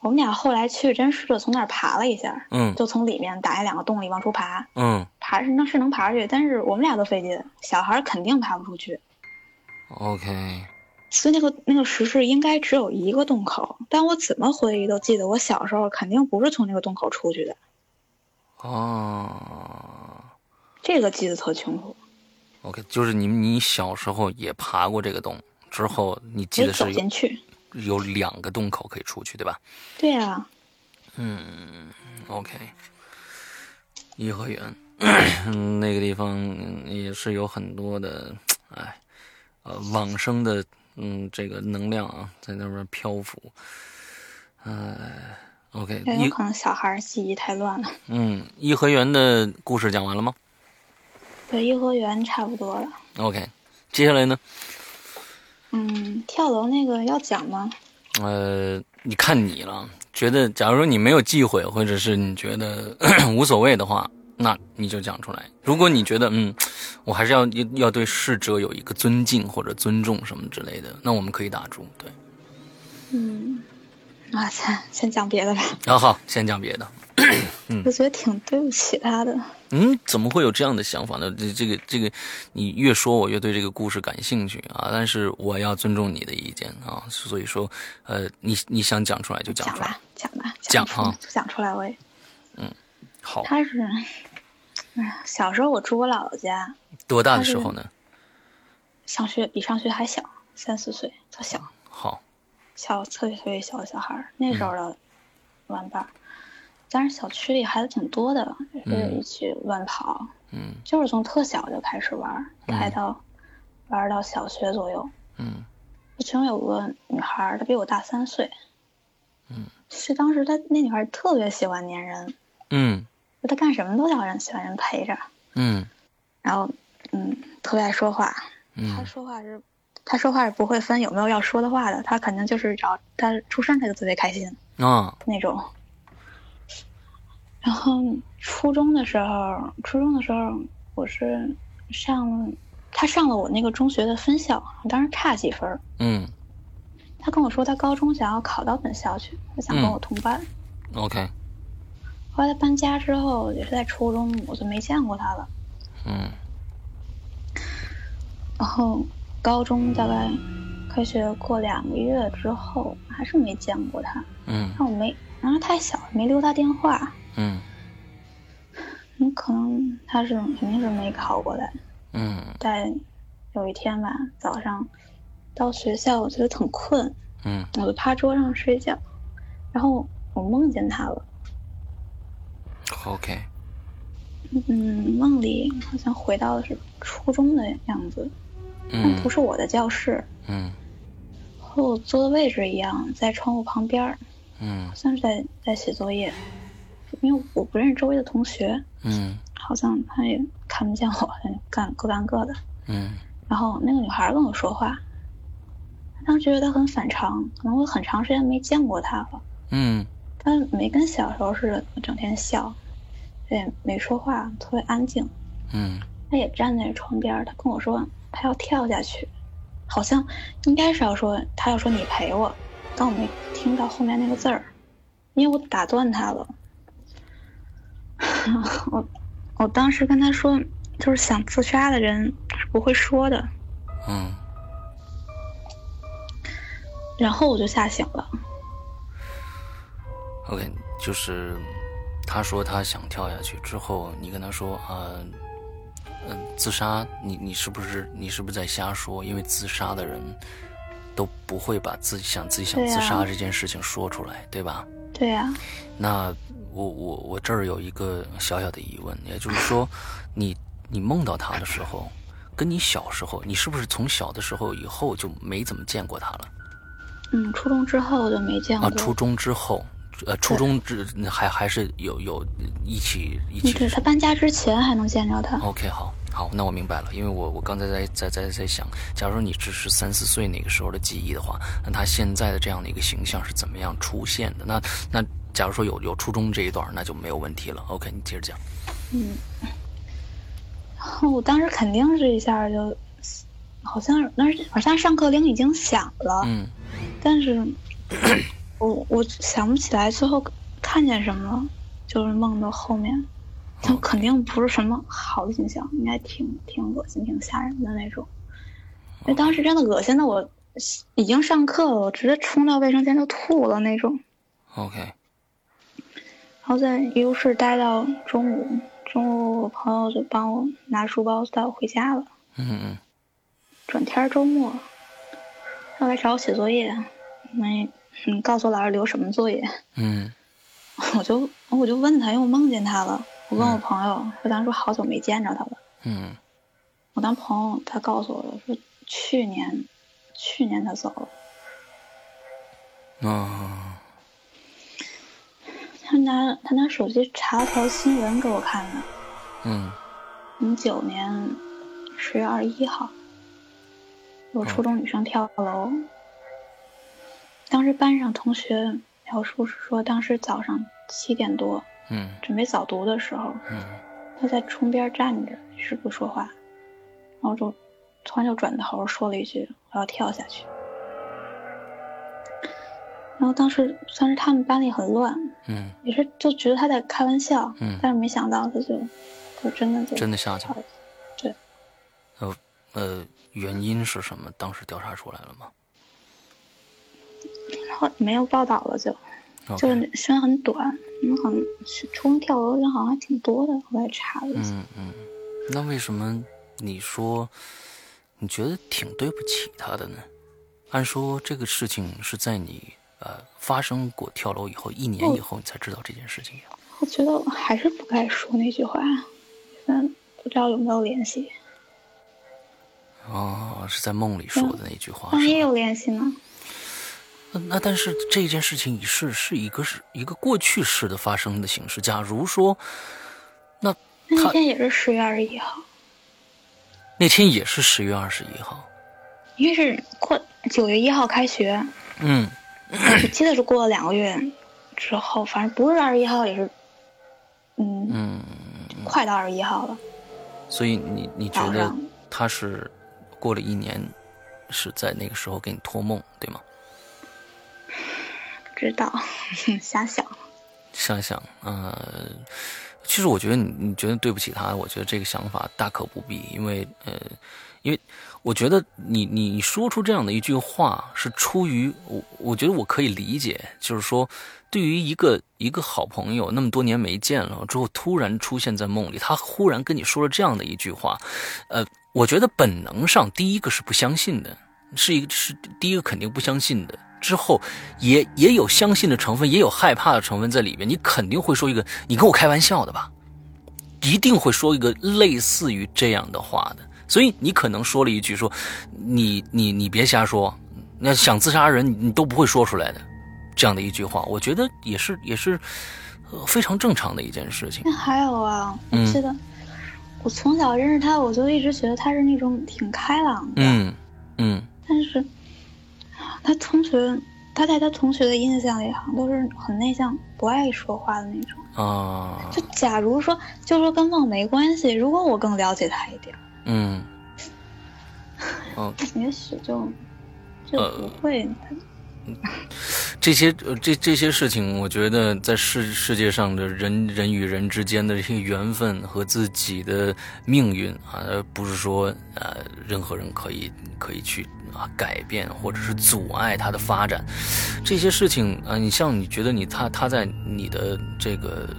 Speaker 2: 我们俩后来去，真试着从那儿爬了一下，
Speaker 1: 嗯
Speaker 2: 就从里面打开两个洞里往出爬，
Speaker 1: 嗯
Speaker 2: 爬是能是能爬出去，但是我们俩都费劲，小孩儿肯定爬不出去。
Speaker 1: ，OK，
Speaker 2: 所以那个那个石室应该只有一个洞口，但我怎么回忆都记得，我小时候肯定不是从那个洞口出去的，
Speaker 1: 哦
Speaker 2: 这个记得特清楚。
Speaker 1: ，OK，就是你你小时候也爬过这个洞，之后你记
Speaker 2: 没
Speaker 1: 得
Speaker 2: 走
Speaker 1: 是有
Speaker 2: 进去。
Speaker 1: 有两个洞口可以出去，对吧？
Speaker 2: 对啊，
Speaker 1: 嗯，OK，颐和园那个地方嗯也是有很多的，哎，呃，往生的，嗯，这个能量啊，在那边漂浮。呃，OK，
Speaker 2: 也哎有
Speaker 1: 颐
Speaker 2: 可能小孩儿记忆太乱了。
Speaker 1: 嗯，颐和园的故事讲完了吗
Speaker 2: 对，颐和园差不多了。
Speaker 1: ？OK，接下来呢？
Speaker 2: 嗯，跳楼那个要讲吗？
Speaker 1: 呃，你看你了，觉得假如说你没有忌讳，或者是你觉得 <coughs> 无所谓的话，那你就讲出来。如果你觉得嗯，我还是要要对逝者有一个尊敬或者尊重什么之类的，那我们可以打住。对，
Speaker 2: 嗯，啊，先先讲别的吧。
Speaker 1: 啊好，先讲别的。
Speaker 2: 我觉得挺对不起他的。
Speaker 1: 嗯，怎么会有这样的想法呢？这这个这个，你越说我越对这个故事感兴趣啊，但是我要尊重你的意见啊，所以说，呃，你你想讲出来就讲
Speaker 2: 讲
Speaker 1: 出来，
Speaker 2: 吧，讲吧，
Speaker 1: 讲
Speaker 2: 出来
Speaker 1: 啊
Speaker 2: 就讲出来我也。
Speaker 1: 好，
Speaker 2: 他是，哎呀，小时候我住我姥姥家，
Speaker 1: 多大的时候呢？
Speaker 2: 上学比上学还小，三四岁，特小，
Speaker 1: 好，
Speaker 2: 小特别特别小的小孩儿。那时候的玩伴儿，但是小区里孩子挺多的，就是
Speaker 1: 嗯
Speaker 2: 一起乱跑，
Speaker 1: 嗯
Speaker 2: 就是从特小就开始玩儿，开到、玩儿到小学左右。
Speaker 1: 嗯
Speaker 2: 我其中有个女孩儿，她比我大三岁。嗯，是当时她那女孩儿特别喜欢粘人，
Speaker 1: 嗯。
Speaker 2: 就她干什么都想人喜欢人陪着，
Speaker 1: 嗯
Speaker 2: 然后嗯特别爱说话。她
Speaker 1: 嗯
Speaker 2: 说话是，她说话是不会分有没有要说的话的，她肯定就是只要她出声，她就特别开心
Speaker 1: 啊
Speaker 2: 那种。然后初中的时候，初中的时候我是上，她上了我那个中学的分校，当时差几分儿，
Speaker 1: 嗯
Speaker 2: 他跟我说他高中想要考到本校去，他想跟我同班。
Speaker 1: ，OK，
Speaker 2: 后来他搬家之后，也是在初中，我就没见过他了。
Speaker 1: 嗯
Speaker 2: 然后高中大概开学过两个月之后，还是没见过他。
Speaker 1: 嗯
Speaker 2: 但我没，然后太小了，没留他电话。
Speaker 1: 嗯
Speaker 2: 嗯，可能他是肯定是没考过来。
Speaker 1: 嗯
Speaker 2: 但有一天吧，早上到学校，我觉得很困，
Speaker 1: 嗯
Speaker 2: 我就趴桌上睡觉，然后我梦见他了。
Speaker 1: ，OK，
Speaker 2: 嗯，梦里好像回到的是初中的样子，但
Speaker 1: 嗯
Speaker 2: 不是我的教室，
Speaker 1: 嗯
Speaker 2: 和我坐的位置一样，在窗户旁边儿，
Speaker 1: 嗯
Speaker 2: 好像是在在写作业，因为我不认识周围的同学，
Speaker 1: 嗯
Speaker 2: 好像他也看不见我，哎干各干各的。
Speaker 1: 嗯
Speaker 2: 然后那个女孩跟我说话，当时觉得她很反常，可能我很长时间没见过她了，
Speaker 1: 嗯
Speaker 2: 她没跟小时候似的整天笑，也没说话，特别安静。
Speaker 1: 嗯
Speaker 2: 她也站在窗边儿，她跟我说她要跳下去，好像应该是要说她要说你陪我，但我没听到后面那个字儿，因为我打断她了。 <laughs> 我我当时跟她说，就是想自杀的人是不会说的。
Speaker 1: 嗯，
Speaker 2: 然后我就吓醒了。
Speaker 1: OK，就是他说他想跳下去之后，你跟他说啊，嗯、自杀，你你是不是你是不是在瞎说？因为自杀的人都不会把自己想自己想
Speaker 2: 对
Speaker 1: 自
Speaker 2: 啊
Speaker 1: 杀这件事情说出来，对吧？
Speaker 2: 对呀、
Speaker 1: 那我我我这儿有一个小小的疑问，也就是说，你你梦到他的时候，跟你小时候，你是不是从小的时候以后就没怎么见过他了？
Speaker 2: 嗯，初中之后我就没见过。
Speaker 1: 啊，初中之后，呃，初中之还还是有有一起一起。
Speaker 2: 嗯，对他搬家之前还能见着他。
Speaker 1: OK，好，好，那我明白了，因为我我刚才在在在在想，假如你只是三四岁那个时候的记忆的话，那他现在的这样的一个形象是怎么样出现的？那那假如说有有初中这一段，那就没有问题了。OK，你接着讲。
Speaker 2: 然后 <laughs> 我当时肯定是一下就，好像是那是好像上课铃已经响了，
Speaker 1: 嗯
Speaker 2: 但是我我想不起来最后看见什么了，就是梦到后面，就肯定不是什么好的景象，应该挺挺恶心、挺吓人的那种。因为当时真的恶心的我，已经上课了，我直接冲到卫生间就吐了那种。
Speaker 1: ，OK，
Speaker 2: 然后在医务室待到中午，中午我朋友就帮我拿书包带我回家了。
Speaker 1: 嗯嗯
Speaker 2: 转天儿周末，他来找我写作业，没，嗯，告诉我老师留什么作业，
Speaker 1: 嗯
Speaker 2: 我就我就问他，因为我梦见他了。我问我朋友，我当时说好久没见着他了。
Speaker 1: 嗯
Speaker 2: 我当朋友，他告诉我的说去年，去年他走了。
Speaker 1: 嗯，啊，
Speaker 2: 他拿他拿手机查了条新闻给我看的，
Speaker 1: 嗯
Speaker 2: 零九年十月二十一号，有初中女生跳楼。当时班上同学描述是说，当时早上七点多
Speaker 1: 嗯
Speaker 2: 准备早读的时候，
Speaker 1: 嗯
Speaker 2: 她在窗边站着，一直不说话，然后就突然就转头说了一句：“我要跳下去。”然后当时算是他们班里很乱，
Speaker 1: 嗯，
Speaker 2: 也是就觉得他在开玩笑，
Speaker 1: 嗯
Speaker 2: 但是没想到他就就真的就
Speaker 1: 真的下去
Speaker 2: 跳
Speaker 1: 了。
Speaker 2: 下去。对，
Speaker 1: 呃呃，原因是什么？当时调查出来了吗
Speaker 2: 然后没有报道了就，就
Speaker 1: ？OK，
Speaker 2: 是新闻很短，嗯，好像是初中跳楼人好像还挺多的，我也查了一下，
Speaker 1: 嗯嗯，那为什么你说你觉得挺对不起他的呢？按说这个事情是在你呃发生过跳楼以后一年
Speaker 2: 嗯
Speaker 1: 以后，你才知道这件事情呀。
Speaker 2: 我觉得我还是不该说那句话，嗯，不知道有没有联系，
Speaker 1: 哦，是在梦里说的那句话。
Speaker 2: 万
Speaker 1: 是
Speaker 2: 一
Speaker 1: 吧
Speaker 2: 哦有联系呢？
Speaker 1: 那嗯那但是这件事情是是一个是一个过去式的发生的形式。假如说，那
Speaker 2: 那
Speaker 1: 他
Speaker 2: 那天也是十月二十一号，
Speaker 1: 那天也是十月二十一号，
Speaker 2: 因为是过九月一号开学，
Speaker 1: 嗯
Speaker 2: 我记得是过了两个月之后，反正不是二十一号也是，嗯，
Speaker 1: 嗯，
Speaker 2: 快到二十一号了。
Speaker 1: 所以你你觉
Speaker 2: 早
Speaker 1: 得
Speaker 2: 上
Speaker 1: 他是过了一年，是在那个时候给你托梦，对吗？
Speaker 2: 知道， <laughs> 瞎想。
Speaker 1: 想想，呃，其实我觉得你你觉得对不起他，我觉得这个想法大可不必，因为呃，因为我觉得你你你说出这样的一句话是出于我，我觉得我可以理解，就是说对于一个一个好朋友那么多年没见了之后，突然出现在梦里，他忽然跟你说了这样的一句话，呃，我觉得本能上第一个是不相信的，是一是第一个肯定不相信的。之后也，也也有相信的成分，也有害怕的成分在里面。你肯定会说一个“你跟我开玩笑的吧”，一定会说一个类似于这样的话的。所以你可能说了一句说：“你你你别瞎说，那想自杀人你都不会说出来的。”这样的一句话，我觉得也是也是、呃、非常正常的一件事情。
Speaker 2: 那还有啊，我记得、嗯、我从小认识他，我就一直觉得他是那种挺开朗的。
Speaker 1: 嗯嗯，
Speaker 2: 但是。他同学，他在他同学的印象里好像都是很内向、不爱说话的那种
Speaker 1: 啊。
Speaker 2: 就假如说，就说跟梦没关系。如果我更了解他一点，
Speaker 1: 嗯，哦，
Speaker 2: 也许就就不会。
Speaker 1: 呃、这些呃这这些事情，我觉得在世世界上的人人与人之间的这些缘分和自己的命运啊，不是说呃任何人可以可以去。啊，改变或者是阻碍它的发展，这些事情啊，你像你觉得你他他在你的这个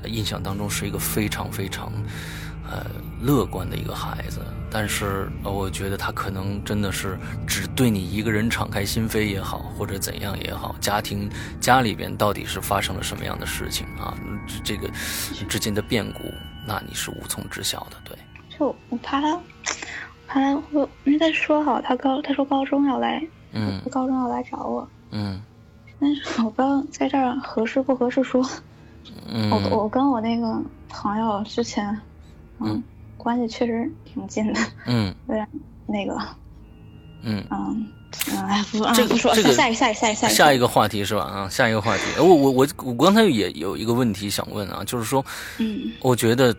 Speaker 1: 呃印象当中是一个非常非常呃乐观的一个孩子，但是呃我觉得他可能真的是只对你一个人敞开心扉也好，或者怎样也好，家庭家里边到底是发生了什么样的事情啊，这个之间的变故，那你是无从知晓的，对。
Speaker 2: 就我怕他。他我因为他说好，他高他说高中要来，
Speaker 1: 嗯，
Speaker 2: 高中要来找我，
Speaker 1: 嗯，
Speaker 2: 但是我不知道在这儿合适不合适说，
Speaker 1: 嗯，
Speaker 2: 我我跟我那个朋友之前，
Speaker 1: 嗯，嗯
Speaker 2: 关系确实挺近的，
Speaker 1: 嗯，
Speaker 2: 有点那个，
Speaker 1: 嗯
Speaker 2: 嗯，哎不，
Speaker 1: 这个、
Speaker 2: 啊、说
Speaker 1: 这个
Speaker 2: 下一个下一个下一个
Speaker 1: 下一个话题是吧？啊，下一个话题，我我我我刚才也有一个问题想问啊，就是说，
Speaker 2: 嗯，
Speaker 1: 我觉得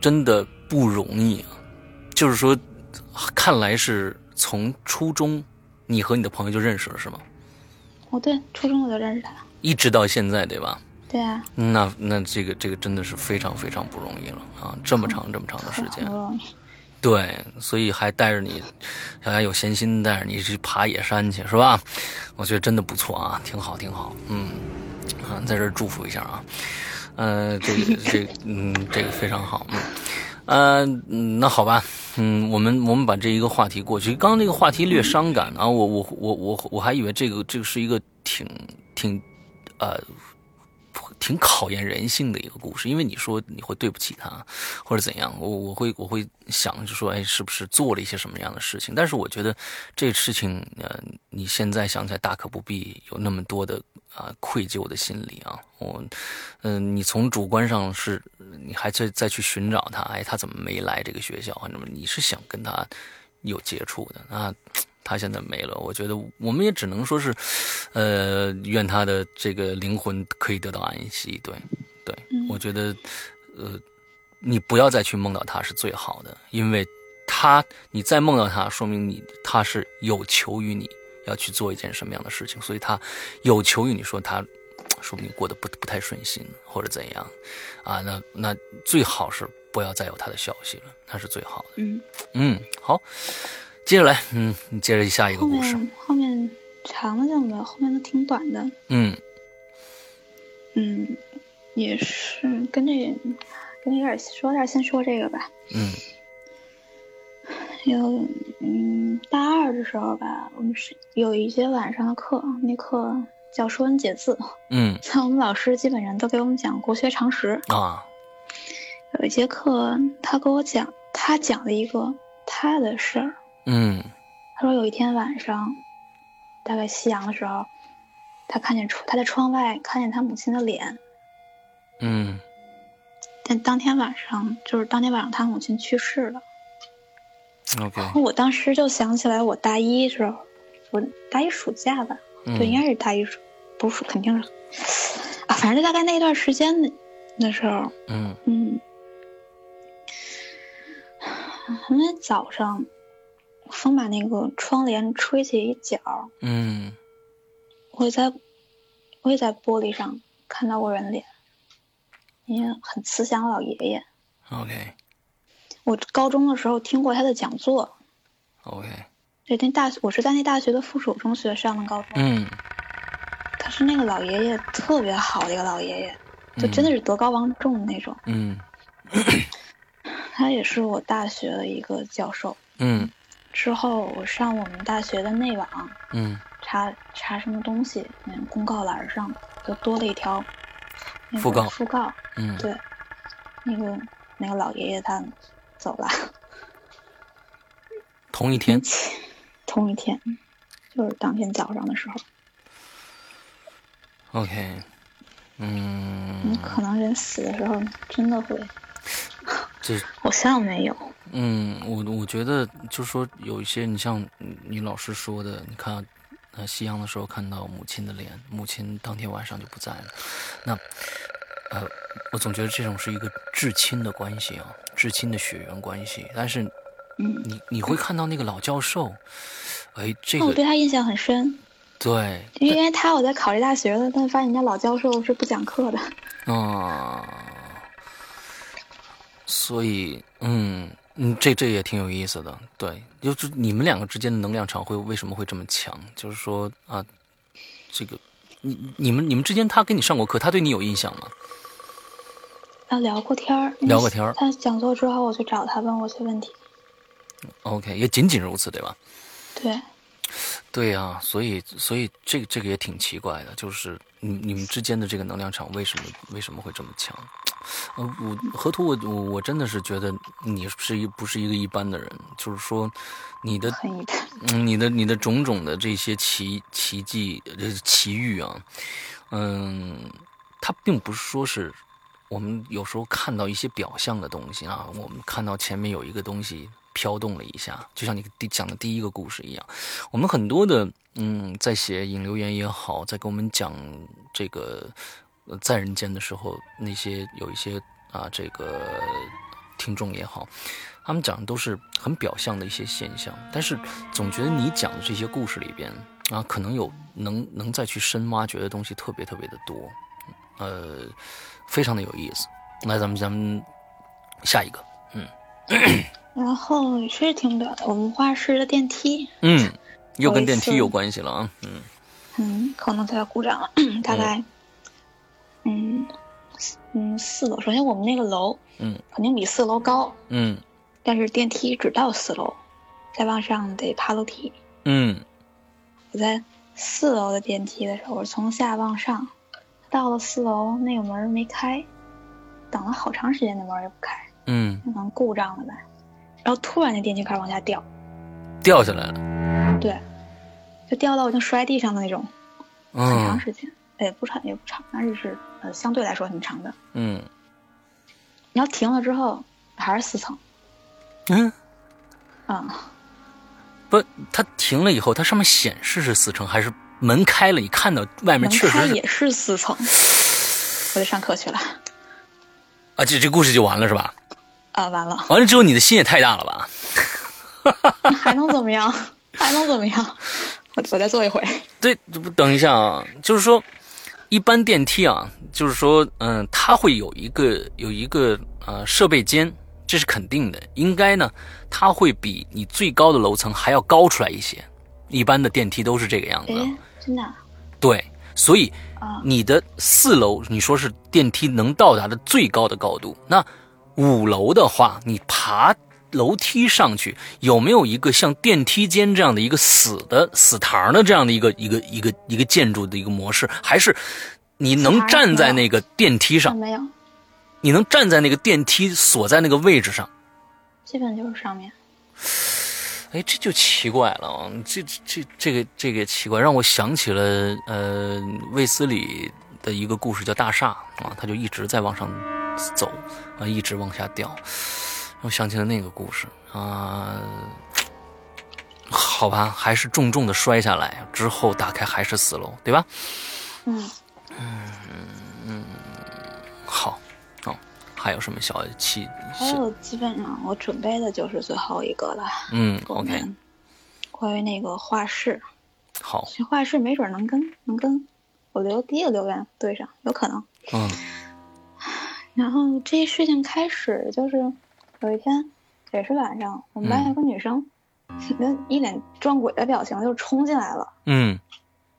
Speaker 1: 真的不容易啊，就是说。看来是从初中，你和你的朋友就认识了，是吗？
Speaker 2: 哦，对，初中我就认识他了，
Speaker 1: 一直到现在，对吧？
Speaker 2: 对啊。
Speaker 1: 那那这个这个真的是非常非常不容易了啊！这么
Speaker 2: 嗯
Speaker 1: 长这么长的时间，对，所以还带着你，小家有闲心带着你去爬野山去，是吧？我觉得真的不错啊，挺好挺好，嗯，啊，在这儿祝福一下啊，呃，这个这个、嗯，这个非常好，嗯。呃，那好吧，嗯，我们我们把这一个话题过去。刚刚那个话题略伤感啊，我我我我我还以为这个这个是一个挺挺，呃，挺考验人性的一个故事，因为你说你会对不起他或者怎样，我我会我会想就说，哎，是不是做了一些什么样的事情？但是我觉得这事情，呃，你现在想起来大可不必有那么多的。啊，愧疚的心理啊，我，嗯、呃，你从主观上是，你还在再去寻找他，哎，他怎么没来这个学校？啊那么你是想跟他有接触的，那、啊、他现在没了，我觉得我们也只能说是，呃，愿他的这个灵魂可以得到安息。对，对，
Speaker 2: 嗯、
Speaker 1: 我觉得，呃，你不要再去梦到他是最好的，因为他，你再梦到他，说明你他是有求于你。要去做一件什么样的事情，所以他有求于你说他，说不定过得不不太顺心或者怎样，啊，那那最好是不要再有他的消息了，那是最好的。
Speaker 2: 嗯
Speaker 1: 嗯，好，接着来，嗯，你接着下一个故事。
Speaker 2: 后面长了讲的，后面都挺短的。
Speaker 1: 嗯
Speaker 2: 嗯，也是跟这跟这有点说点，先说这个吧。
Speaker 1: 嗯。
Speaker 2: 有，嗯，大二的时候吧，我们是有一节晚上的课，那课叫说文解字。 <laughs>
Speaker 1: 嗯，
Speaker 2: 像我们老师基本上都给我们讲国学常识
Speaker 1: 啊。
Speaker 2: 有一节课，他给我讲，他讲了一个他的事儿。
Speaker 1: 嗯，
Speaker 2: 他说有一天晚上，大概夕阳的时候，他看见窗，他在窗外看见他母亲的脸。
Speaker 1: 嗯，
Speaker 2: 但当天晚上，就是当天晚上，他母亲去世了。
Speaker 1: OK，
Speaker 2: 我当时就想起来，我大一时候，我大一暑假吧，
Speaker 1: 嗯、
Speaker 2: 对，应该是大一暑，不是肯定是，啊，反正就大概那段时间的那时候，
Speaker 1: 嗯
Speaker 2: 嗯，因为早上风把那个窗帘吹起一角，
Speaker 1: 嗯，
Speaker 2: 我在我也在玻璃上看到过人脸，一个很慈祥的老爷爷。
Speaker 1: 嗯 OK
Speaker 2: 我高中的时候听过他的讲座，
Speaker 1: OK，
Speaker 2: 对，那大我是在那大学的附属中学上的高中。
Speaker 1: 嗯
Speaker 2: 可是那个老爷爷特别好的一个老爷爷，就真的是德高望重的那种。
Speaker 1: 嗯
Speaker 2: 他也是我大学的一个教授。
Speaker 1: 嗯
Speaker 2: 之后我上我们大学的内网
Speaker 1: 嗯
Speaker 2: 查查什么东西，嗯，公告栏上就多了一条那个
Speaker 1: 讣告
Speaker 2: 讣告，
Speaker 1: 嗯
Speaker 2: 对，那个那个老爷爷他走了，
Speaker 1: 同一天，
Speaker 2: 嗯同一天，就是当天早上的时候，
Speaker 1: OK，
Speaker 2: 你
Speaker 1: 嗯，
Speaker 2: 可能人死的时候真的会，
Speaker 1: 这
Speaker 2: 好像没有，
Speaker 1: 嗯，我我觉得就是说有一些，你像你你老师说的，你看呃夕阳的时候看到母亲的脸，母亲当天晚上就不在了。那呃，我总觉得这种是一个至亲的关系啊，至亲的血缘关系。但是
Speaker 2: 嗯，
Speaker 1: 你你会看到那个老教授，哎，这
Speaker 2: 那哦我
Speaker 1: 个
Speaker 2: 对他印象很深，
Speaker 1: 对，
Speaker 2: 因为他我在考这大学的，但发现人家老教授是不讲课的，
Speaker 1: 啊、所以，嗯嗯，这这也挺有意思的，对，就是你们两个之间的能量场会为什么会这么强？就是说啊，这个你你们你们之间，他跟你上过课，他对你有印象吗？
Speaker 2: 他聊过天儿，
Speaker 1: 聊过天儿
Speaker 2: 他讲座之后我去找他问我一些问题，
Speaker 1: ？OK，也仅仅如此，对吧？
Speaker 2: 对。
Speaker 1: 对呀、所以所以这个这个也挺奇怪的，就是你你们之间的这个能量场为什么为什么会这么强？呃，我河图我我我真的是觉得你是一不是一个一般的人，就是说你的
Speaker 2: 很一般，
Speaker 1: 嗯，你的你的种种的这些奇奇迹、这奇遇啊，嗯，它并不是说是我们有时候看到一些表象的东西啊，我们看到前面有一个东西飘动了一下，就像你第讲的第一个故事一样，我们很多的嗯，在写引流言也好，在给我们讲这个呃在人间的时候，那些有一些啊这个听众也好，他们讲的都是很表象的一些现象，但是总觉得你讲的这些故事里边啊，可能有能能再去深挖掘的东西特别特别的多，呃，非常的有意思。来，咱们咱们下一个，
Speaker 2: 然后也是挺短的。我们画室的电梯，
Speaker 1: 嗯，又跟
Speaker 2: 不好意
Speaker 1: 电
Speaker 2: 思
Speaker 1: 梯有关系了啊，嗯
Speaker 2: 嗯，可能他要故障了， <clears throat> 大概，嗯，四嗯，四楼。首先我们那个楼，
Speaker 1: 嗯，
Speaker 2: 肯定比四楼高，
Speaker 1: 嗯
Speaker 2: 但是电梯只到四楼，再往上得爬楼梯。
Speaker 1: 嗯
Speaker 2: 我在四楼的电梯的时候，我是从下往上，到了四楼那个门没开，等了好长时间，那门也不开，
Speaker 1: 嗯，
Speaker 2: 可能故障了吧。然后突然那电梯开始往下掉，
Speaker 1: 嗯掉下来了，
Speaker 2: 对，就掉到我已经摔地上的那种。很长
Speaker 1: 嗯
Speaker 2: 时间，也不长也不长，但是是呃相对来说很长的。
Speaker 1: 嗯
Speaker 2: 你要停了之后还是四层，
Speaker 1: 嗯，
Speaker 2: 嗯，
Speaker 1: 不，它停了以后，它上面显示是四层，还是门开了，你看到外面
Speaker 2: 门
Speaker 1: 确
Speaker 2: 开
Speaker 1: 实是
Speaker 2: 也是四层，我就上课去了，
Speaker 1: 啊，这这故事就完了是吧？
Speaker 2: 啊，完
Speaker 1: <laughs>
Speaker 2: 了，
Speaker 1: 完了之后，你的心也太大了吧？
Speaker 2: 那还能怎么样？还能怎么样？我我再坐一回，
Speaker 1: 对，这不等一下啊，就是说，一般电梯啊，就是说，嗯，它会有一个有一个呃设备间，这是肯定的。应该呢，它会比你最高的楼层还要高出来一些。一般的电梯都是这个样子的。
Speaker 2: 哎，真的啊，
Speaker 1: 对，所以
Speaker 2: 啊
Speaker 1: 你的四楼，你说是电梯能到达的最高的高度，那五楼的话，你爬楼梯上去，有没有一个像电梯间这样的一个死的死堂的这样的一个一个一个一个建筑的一个模式，还是你能
Speaker 2: 还
Speaker 1: 站在
Speaker 2: 没
Speaker 1: 那个电梯
Speaker 2: 那
Speaker 1: 上，
Speaker 2: 啊没有，
Speaker 1: 你能站在那个电梯所在那个位置上？
Speaker 2: 基本就是上面，
Speaker 1: 哎，这就奇怪了啊！这这这这个这个奇怪，让我想起了呃卫斯理的一个故事叫《大厦》啊，他就一直在往上走啊，一直往下掉，让我想起了那个故事啊。好吧，还是重重的摔下来之后打开还是四楼，对吧？
Speaker 2: 嗯，
Speaker 1: 好，哦，还有什么小气？
Speaker 2: 还有基本上我准备的就是最后一个了，
Speaker 1: 嗯
Speaker 2: 我
Speaker 1: ，OK，
Speaker 2: 们关于那个画室，
Speaker 1: 好，
Speaker 2: 这画室没准能跟能跟我留第一个留言对上，有可能。
Speaker 1: 嗯
Speaker 2: 然后这一事情开始就是有一天，也是晚上，
Speaker 1: 嗯
Speaker 2: 我们班有个女生，那、一脸撞鬼的表情就冲进来了，
Speaker 1: 嗯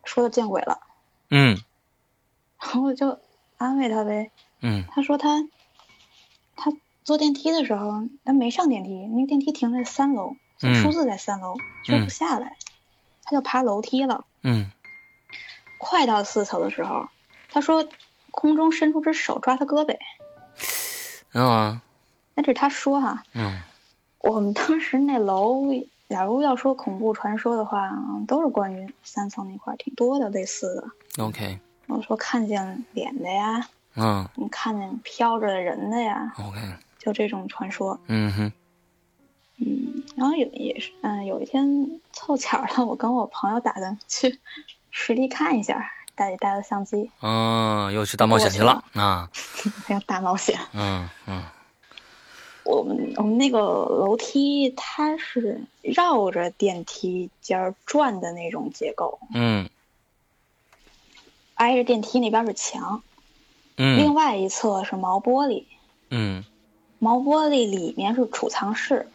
Speaker 2: 说她见鬼了，
Speaker 1: 嗯
Speaker 2: 然后我就安慰她呗。
Speaker 1: 嗯
Speaker 2: 她说她，她坐电梯的时候，她没上电梯，那个电梯停在三楼，
Speaker 1: 嗯
Speaker 2: 数字在三楼，说不下来，她就爬楼梯了。
Speaker 1: 嗯
Speaker 2: 快到四层的时候，她说空中伸出只手抓她胳膊，
Speaker 1: 啊
Speaker 2: 那这是她说哈、
Speaker 1: 嗯
Speaker 2: 我们当时那楼，假如要说恐怖传说的话，都是关于三层那块儿挺多的类似的。
Speaker 1: ，OK，
Speaker 2: 我说看见脸的呀，
Speaker 1: 嗯
Speaker 2: 你看见飘着的人的呀，
Speaker 1: OK，
Speaker 2: 就这种传说。
Speaker 1: 嗯哼，
Speaker 2: 嗯，然后有也是，嗯、有一天凑巧了，我跟我朋友打算去 <laughs> 实地看一下，带带了相机，
Speaker 1: 啊，又去大冒险去了啊，
Speaker 2: 还有大冒险。
Speaker 1: 嗯嗯
Speaker 2: 我们我们那个楼梯它是绕着电梯间儿转的那种结构，
Speaker 1: 嗯
Speaker 2: 挨着电梯那边是墙。另
Speaker 1: 嗯
Speaker 2: 外一侧是毛玻璃，
Speaker 1: 嗯
Speaker 2: 毛玻璃里面是储藏室。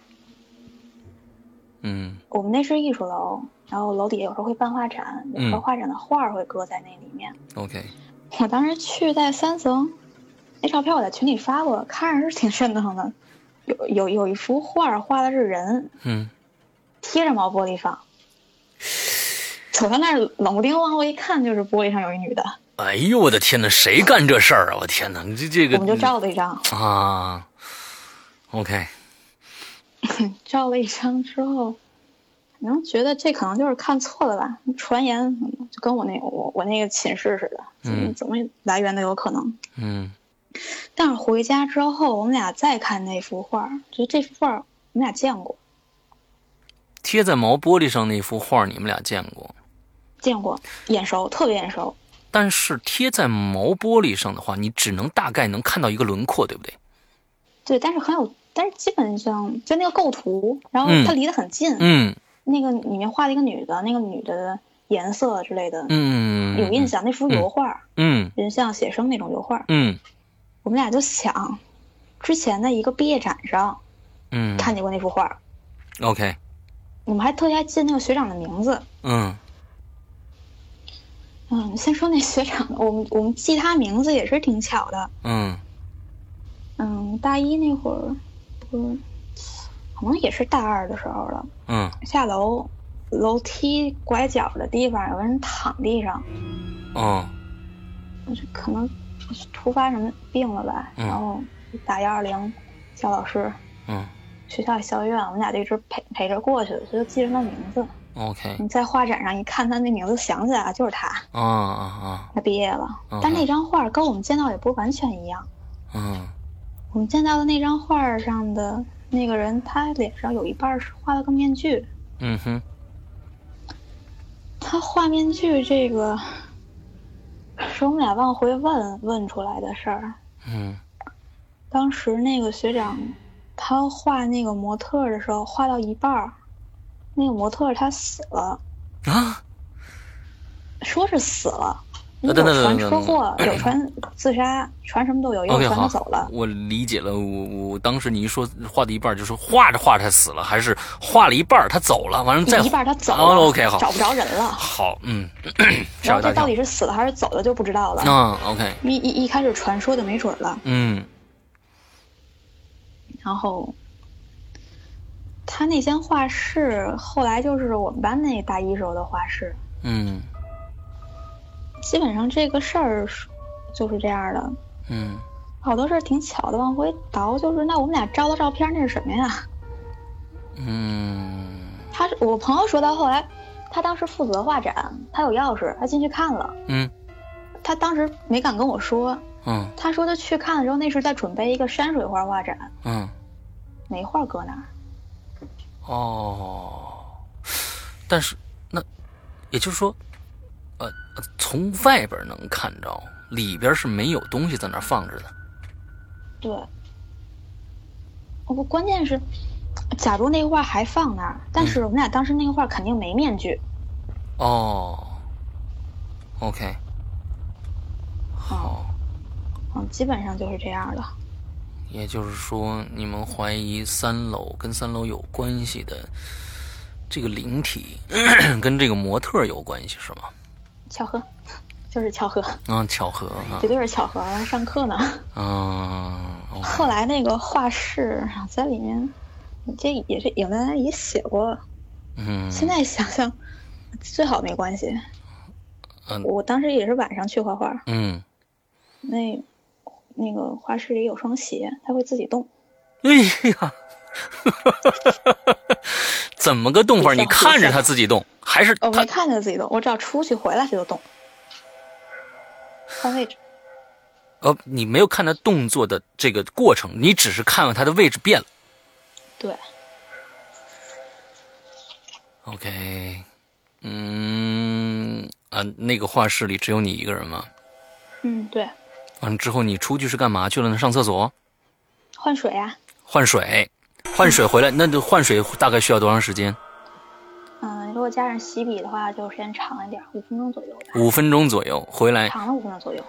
Speaker 1: 嗯
Speaker 2: 我们那是艺术楼，然后楼底下有时候会办画展，有时候
Speaker 1: 嗯
Speaker 2: 画展的画儿会搁在那里面。
Speaker 1: ，OK，
Speaker 2: 我当时去在三层，那照片我在群里发过，看着是挺瘆得慌的。有有有一幅画儿画的是人
Speaker 1: 嗯
Speaker 2: 贴着毛玻璃放，走到那儿冷不丁往后一看，就是玻璃上有一女的，
Speaker 1: 哎呦我的天哪，谁干这事儿啊？我天哪，你这这
Speaker 2: 我
Speaker 1: 个
Speaker 2: 们就照了一张，
Speaker 1: 啊，OK，
Speaker 2: 照了一张之后，可能觉得这可能就是看错了吧，传言就跟我那我我那个寝室似的，
Speaker 1: 嗯
Speaker 2: 怎么来源都有可能。
Speaker 1: 嗯
Speaker 2: 但是回家之后，我们俩再看那幅画，就这幅画我们俩见过，
Speaker 1: 贴在毛玻璃上那幅画你们俩见过，
Speaker 2: 见过，眼熟，特别眼熟。
Speaker 1: 但是贴在毛玻璃上的话，你只能大概能看到一个轮廓，对不对？
Speaker 2: 对，但是很有，但是基本上就那个构图，然后
Speaker 1: 嗯
Speaker 2: 它离得很近，
Speaker 1: 嗯
Speaker 2: 那个里面画了一个女的，那个女的颜色之类的、
Speaker 1: 嗯，
Speaker 2: 有印，象，那幅油画，
Speaker 1: 嗯
Speaker 2: 人像写生那种油画。
Speaker 1: 嗯
Speaker 2: 我们俩就想，之前的一个毕业展上
Speaker 1: 嗯
Speaker 2: 看见过那幅画，
Speaker 1: ，OK，
Speaker 2: 我们还特意还记得那个学长的名字。
Speaker 1: 嗯
Speaker 2: 嗯，先说那学长，我们我们记他名字也是挺巧的。
Speaker 1: 嗯
Speaker 2: 嗯，大一那会儿，嗯，可能也是大二的时候了。
Speaker 1: 嗯
Speaker 2: 下楼，楼梯拐角的地方有个人躺地上，
Speaker 1: 哦
Speaker 2: 就可能突发什么病了吧，
Speaker 1: 嗯
Speaker 2: 然后打幺二零，叫老师，
Speaker 1: 嗯
Speaker 2: 学校校医院，我们俩就一直陪陪着过去的，就记着他名字。
Speaker 1: ，OK，
Speaker 2: 你在画展上一看他那名字，想起来了就是他，
Speaker 1: 啊啊
Speaker 2: 他毕业了
Speaker 1: 嗯。
Speaker 2: 但那张画跟我们见到也不是完全一样。
Speaker 1: 啊，嗯
Speaker 2: 我们见到的那张画上的那个人，他脸上有一半是画了个面具。
Speaker 1: 嗯哼，
Speaker 2: 他画面具这个，是我们俩往回问问出来的事儿。
Speaker 1: 嗯
Speaker 2: 当时那个学长，他画那个模特儿的时候，画到一半儿，那个模特儿他死了，
Speaker 1: 啊，
Speaker 2: 说是死了，有
Speaker 1: 等等等
Speaker 2: 传
Speaker 1: 等
Speaker 2: 车祸，
Speaker 1: 等
Speaker 2: 有传自杀，传什么都有，也有
Speaker 1: OK，
Speaker 2: 传他
Speaker 1: 好
Speaker 2: 走了。
Speaker 1: 我理解了。我我当时你一说画的一半，就说画着画着他死了，还是画了一半他走了，完了再
Speaker 2: 一半他走了、
Speaker 1: 哦，OK，好，
Speaker 2: 找不着人了。
Speaker 1: 好，嗯，
Speaker 2: 然
Speaker 1: 吓我
Speaker 2: 后
Speaker 1: 一大
Speaker 2: 这
Speaker 1: 跳
Speaker 2: 到底。是死了还是走了就不知道了。
Speaker 1: 嗯，OK，
Speaker 2: 一一一开始传说就没准了，
Speaker 1: 嗯
Speaker 2: 然后他那间画室后来就是我们班那大一时候的画室，
Speaker 1: 嗯
Speaker 2: 基本上这个事儿是就是这样的。
Speaker 1: 嗯
Speaker 2: 好多事儿挺巧的，往回倒就是，那我们俩照的照片那是什么呀？ <laughs>
Speaker 1: 嗯
Speaker 2: 他是我朋友说到后来，他当时负责画展，他有钥匙，他进去看了，
Speaker 1: 嗯
Speaker 2: 他当时没敢跟我说，
Speaker 1: 嗯
Speaker 2: 他说他去看的时候，那是在准备一个山水画画展，
Speaker 1: 嗯，
Speaker 2: 没画搁哪儿。
Speaker 1: 哦，但是那也就是说，呃，呃从外边能看着，里边是没有东西在那儿放着的。
Speaker 2: 对，我关键是，假如那个画还放那儿，
Speaker 1: 嗯
Speaker 2: 但是我们俩当时那个画肯定没面具，
Speaker 1: 哦，OK，好，
Speaker 2: 嗯，基本上就是这样了。
Speaker 1: 也就是说，你们怀疑三楼跟三楼有关系的这个灵体， <clears throat> 跟这个模特有关系是吗？
Speaker 2: 巧合， <laughs> 就是巧合，
Speaker 1: 啊，巧合啊
Speaker 2: 绝，对是巧合。我还上课呢， <laughs>
Speaker 1: 嗯，哦
Speaker 2: 后来那个画室在里面，这也是影丹也写过。
Speaker 1: 嗯，
Speaker 2: <laughs> 现在想想，最好没关系。
Speaker 1: 嗯
Speaker 2: 我当时也是晚上去画画，
Speaker 1: 嗯，
Speaker 2: 那那个画室里有双鞋，它会自己动。
Speaker 1: 哎呀， <laughs> 怎么个动法？你看着它自己动，还是
Speaker 2: 哦我没
Speaker 1: 它
Speaker 2: 看见它自己动，我只要出去回来它就动，换位置。
Speaker 1: 呃，你没有看它动作的这个过程，你只是看了它的位置变了。
Speaker 2: 对，
Speaker 1: OK，嗯啊，那个画室里只有你一个人吗？
Speaker 2: 嗯，对，
Speaker 1: 完了之后你出去是干嘛去了呢？上厕所
Speaker 2: 换水啊，
Speaker 1: 换水，换水回来，那就换水大概需要多长时间？
Speaker 2: 嗯，如果加上洗笔的话，就时间长一点，五分钟左右吧，
Speaker 1: 五分钟左右，回来
Speaker 2: 长了五分钟左右。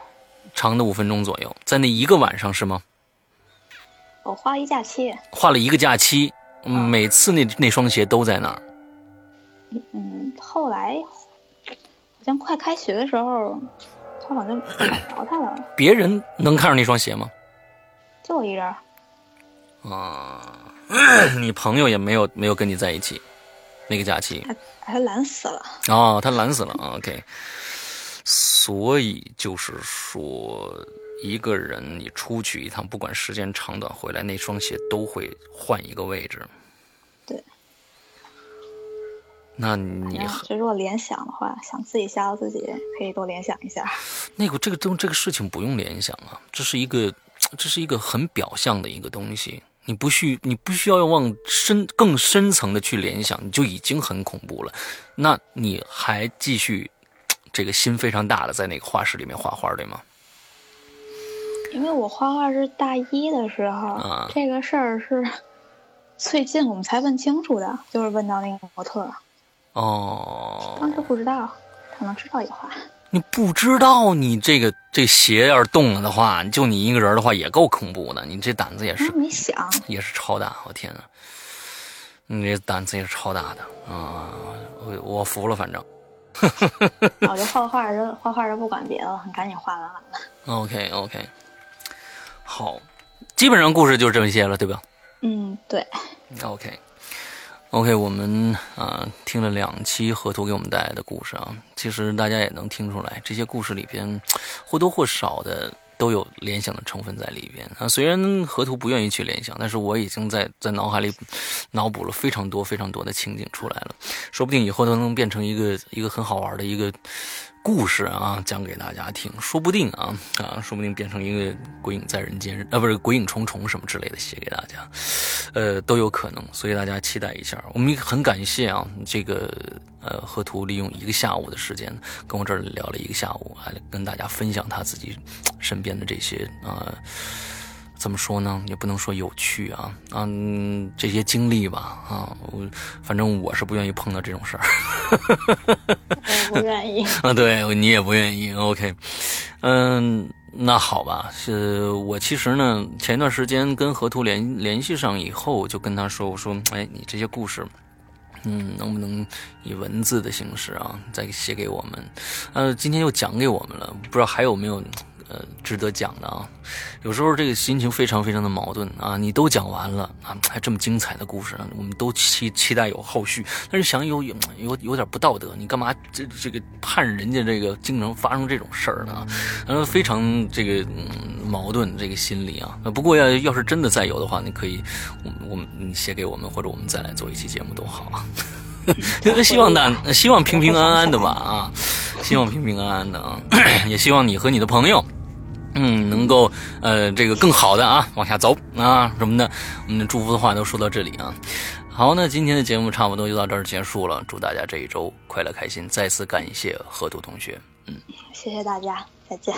Speaker 1: 长的五分钟左右，在那一个晚上是吗？
Speaker 2: 我花一假期，
Speaker 1: 画了一个假期，嗯
Speaker 2: 嗯
Speaker 1: 每次那那双鞋都在那儿。
Speaker 2: 嗯，后来好像快开学的时候，他好像找不着他了，
Speaker 1: 别人能看上那双鞋吗？
Speaker 2: 就我一人儿。
Speaker 1: 啊， <coughs> 你朋友也没有没有跟你在一起，那个假期
Speaker 2: 还还懒死了。
Speaker 1: 哦，他懒死了。啊 OK，所以就是说，一个人你出去一趟，不管时间长短，回来那双鞋都会换一个位置。
Speaker 2: 对。
Speaker 1: 那你
Speaker 2: 然后就如果联想的话，想自己吓到自己，可以多联想一下。
Speaker 1: 那个这个东这个事情不用联想啊，这是一个这是一个很表象的一个东西，你不需你不需要往深更深层的去联想，你就已经很恐怖了。那你还继续这个心非常大的在那个画室里面画画，对吗？
Speaker 2: 因为我画画是大一的时候，
Speaker 1: 啊
Speaker 2: 这个事儿是最近我们才问清楚的，就是问到那个模特，当时
Speaker 1: 哦，
Speaker 2: 不知道，可能知道也画。
Speaker 1: 你不知道你这个这鞋要是动了的话，就你一个人的话也够恐怖的，你这胆子也是
Speaker 2: 当时没想，
Speaker 1: 也是超大，我天呐，你这胆子也是超大的啊！我我服了，反正。
Speaker 2: 然后我就画画儿就画画儿就不管别的了，赶紧画完完了。
Speaker 1: OK OK，好，基本上故事就是这么些了，对吧
Speaker 2: 嗯，对，
Speaker 1: ？OK OK，我们啊、听了两期河图给我们带来的故事啊，其实大家也能听出来，这些故事里边或多或少的都有联想的成分在里边啊。虽然河图不愿意去联想，但是我已经在在脑海里脑补了非常多非常多的情景出来了，说不定以后都能变成一个一个很好玩的一个故事啊，讲给大家听，说不定啊啊，说不定变成一个《鬼影在人间》啊，不是《鬼影重重》什么之类的写给大家，呃，都有可能，所以大家期待一下。我们也很感谢啊，这个呃河图利用一个下午的时间跟我这儿聊了一个下午，还跟大家分享他自己身边的这些啊。呃怎么说呢？也不能说有趣啊，啊嗯，这些经历吧，啊，我反正我是不愿意碰到这种事儿。
Speaker 2: 我不愿意。
Speaker 1: <laughs> 啊，对你也不愿意，OK，嗯，那好吧，是我其实呢，前段时间跟河图联联系上以后，我就跟他说，我说，哎，你这些故事，嗯，能不能以文字的形式啊，再写给我们？呃，今天又讲给我们了，不知道还有没有呃值得讲的啊？有时候这个心情非常非常的矛盾啊，你都讲完了啊，还这么精彩的故事，啊，我们都期期待有后续，但是想有有有有点不道德，你干嘛这这个盼人家这个经常发生这种事儿呢？呃，非常这个、嗯、矛盾这个心理啊。呃不过要要是真的再有的话，你可以我们我们你写给我们，或者我们再来做一期节目多好啊。 <laughs> 希望大希望平平安安的吧啊，希望平平安安的啊， <clears throat> 也希望你和你的朋友。嗯，能够呃，这个更好的啊，往下走啊什么的，我们的祝福的话都说到这里啊。好，那今天的节目差不多就到这儿结束了，祝大家这一周快乐开心，再次感谢河图同学。
Speaker 2: 谢谢大家，再见。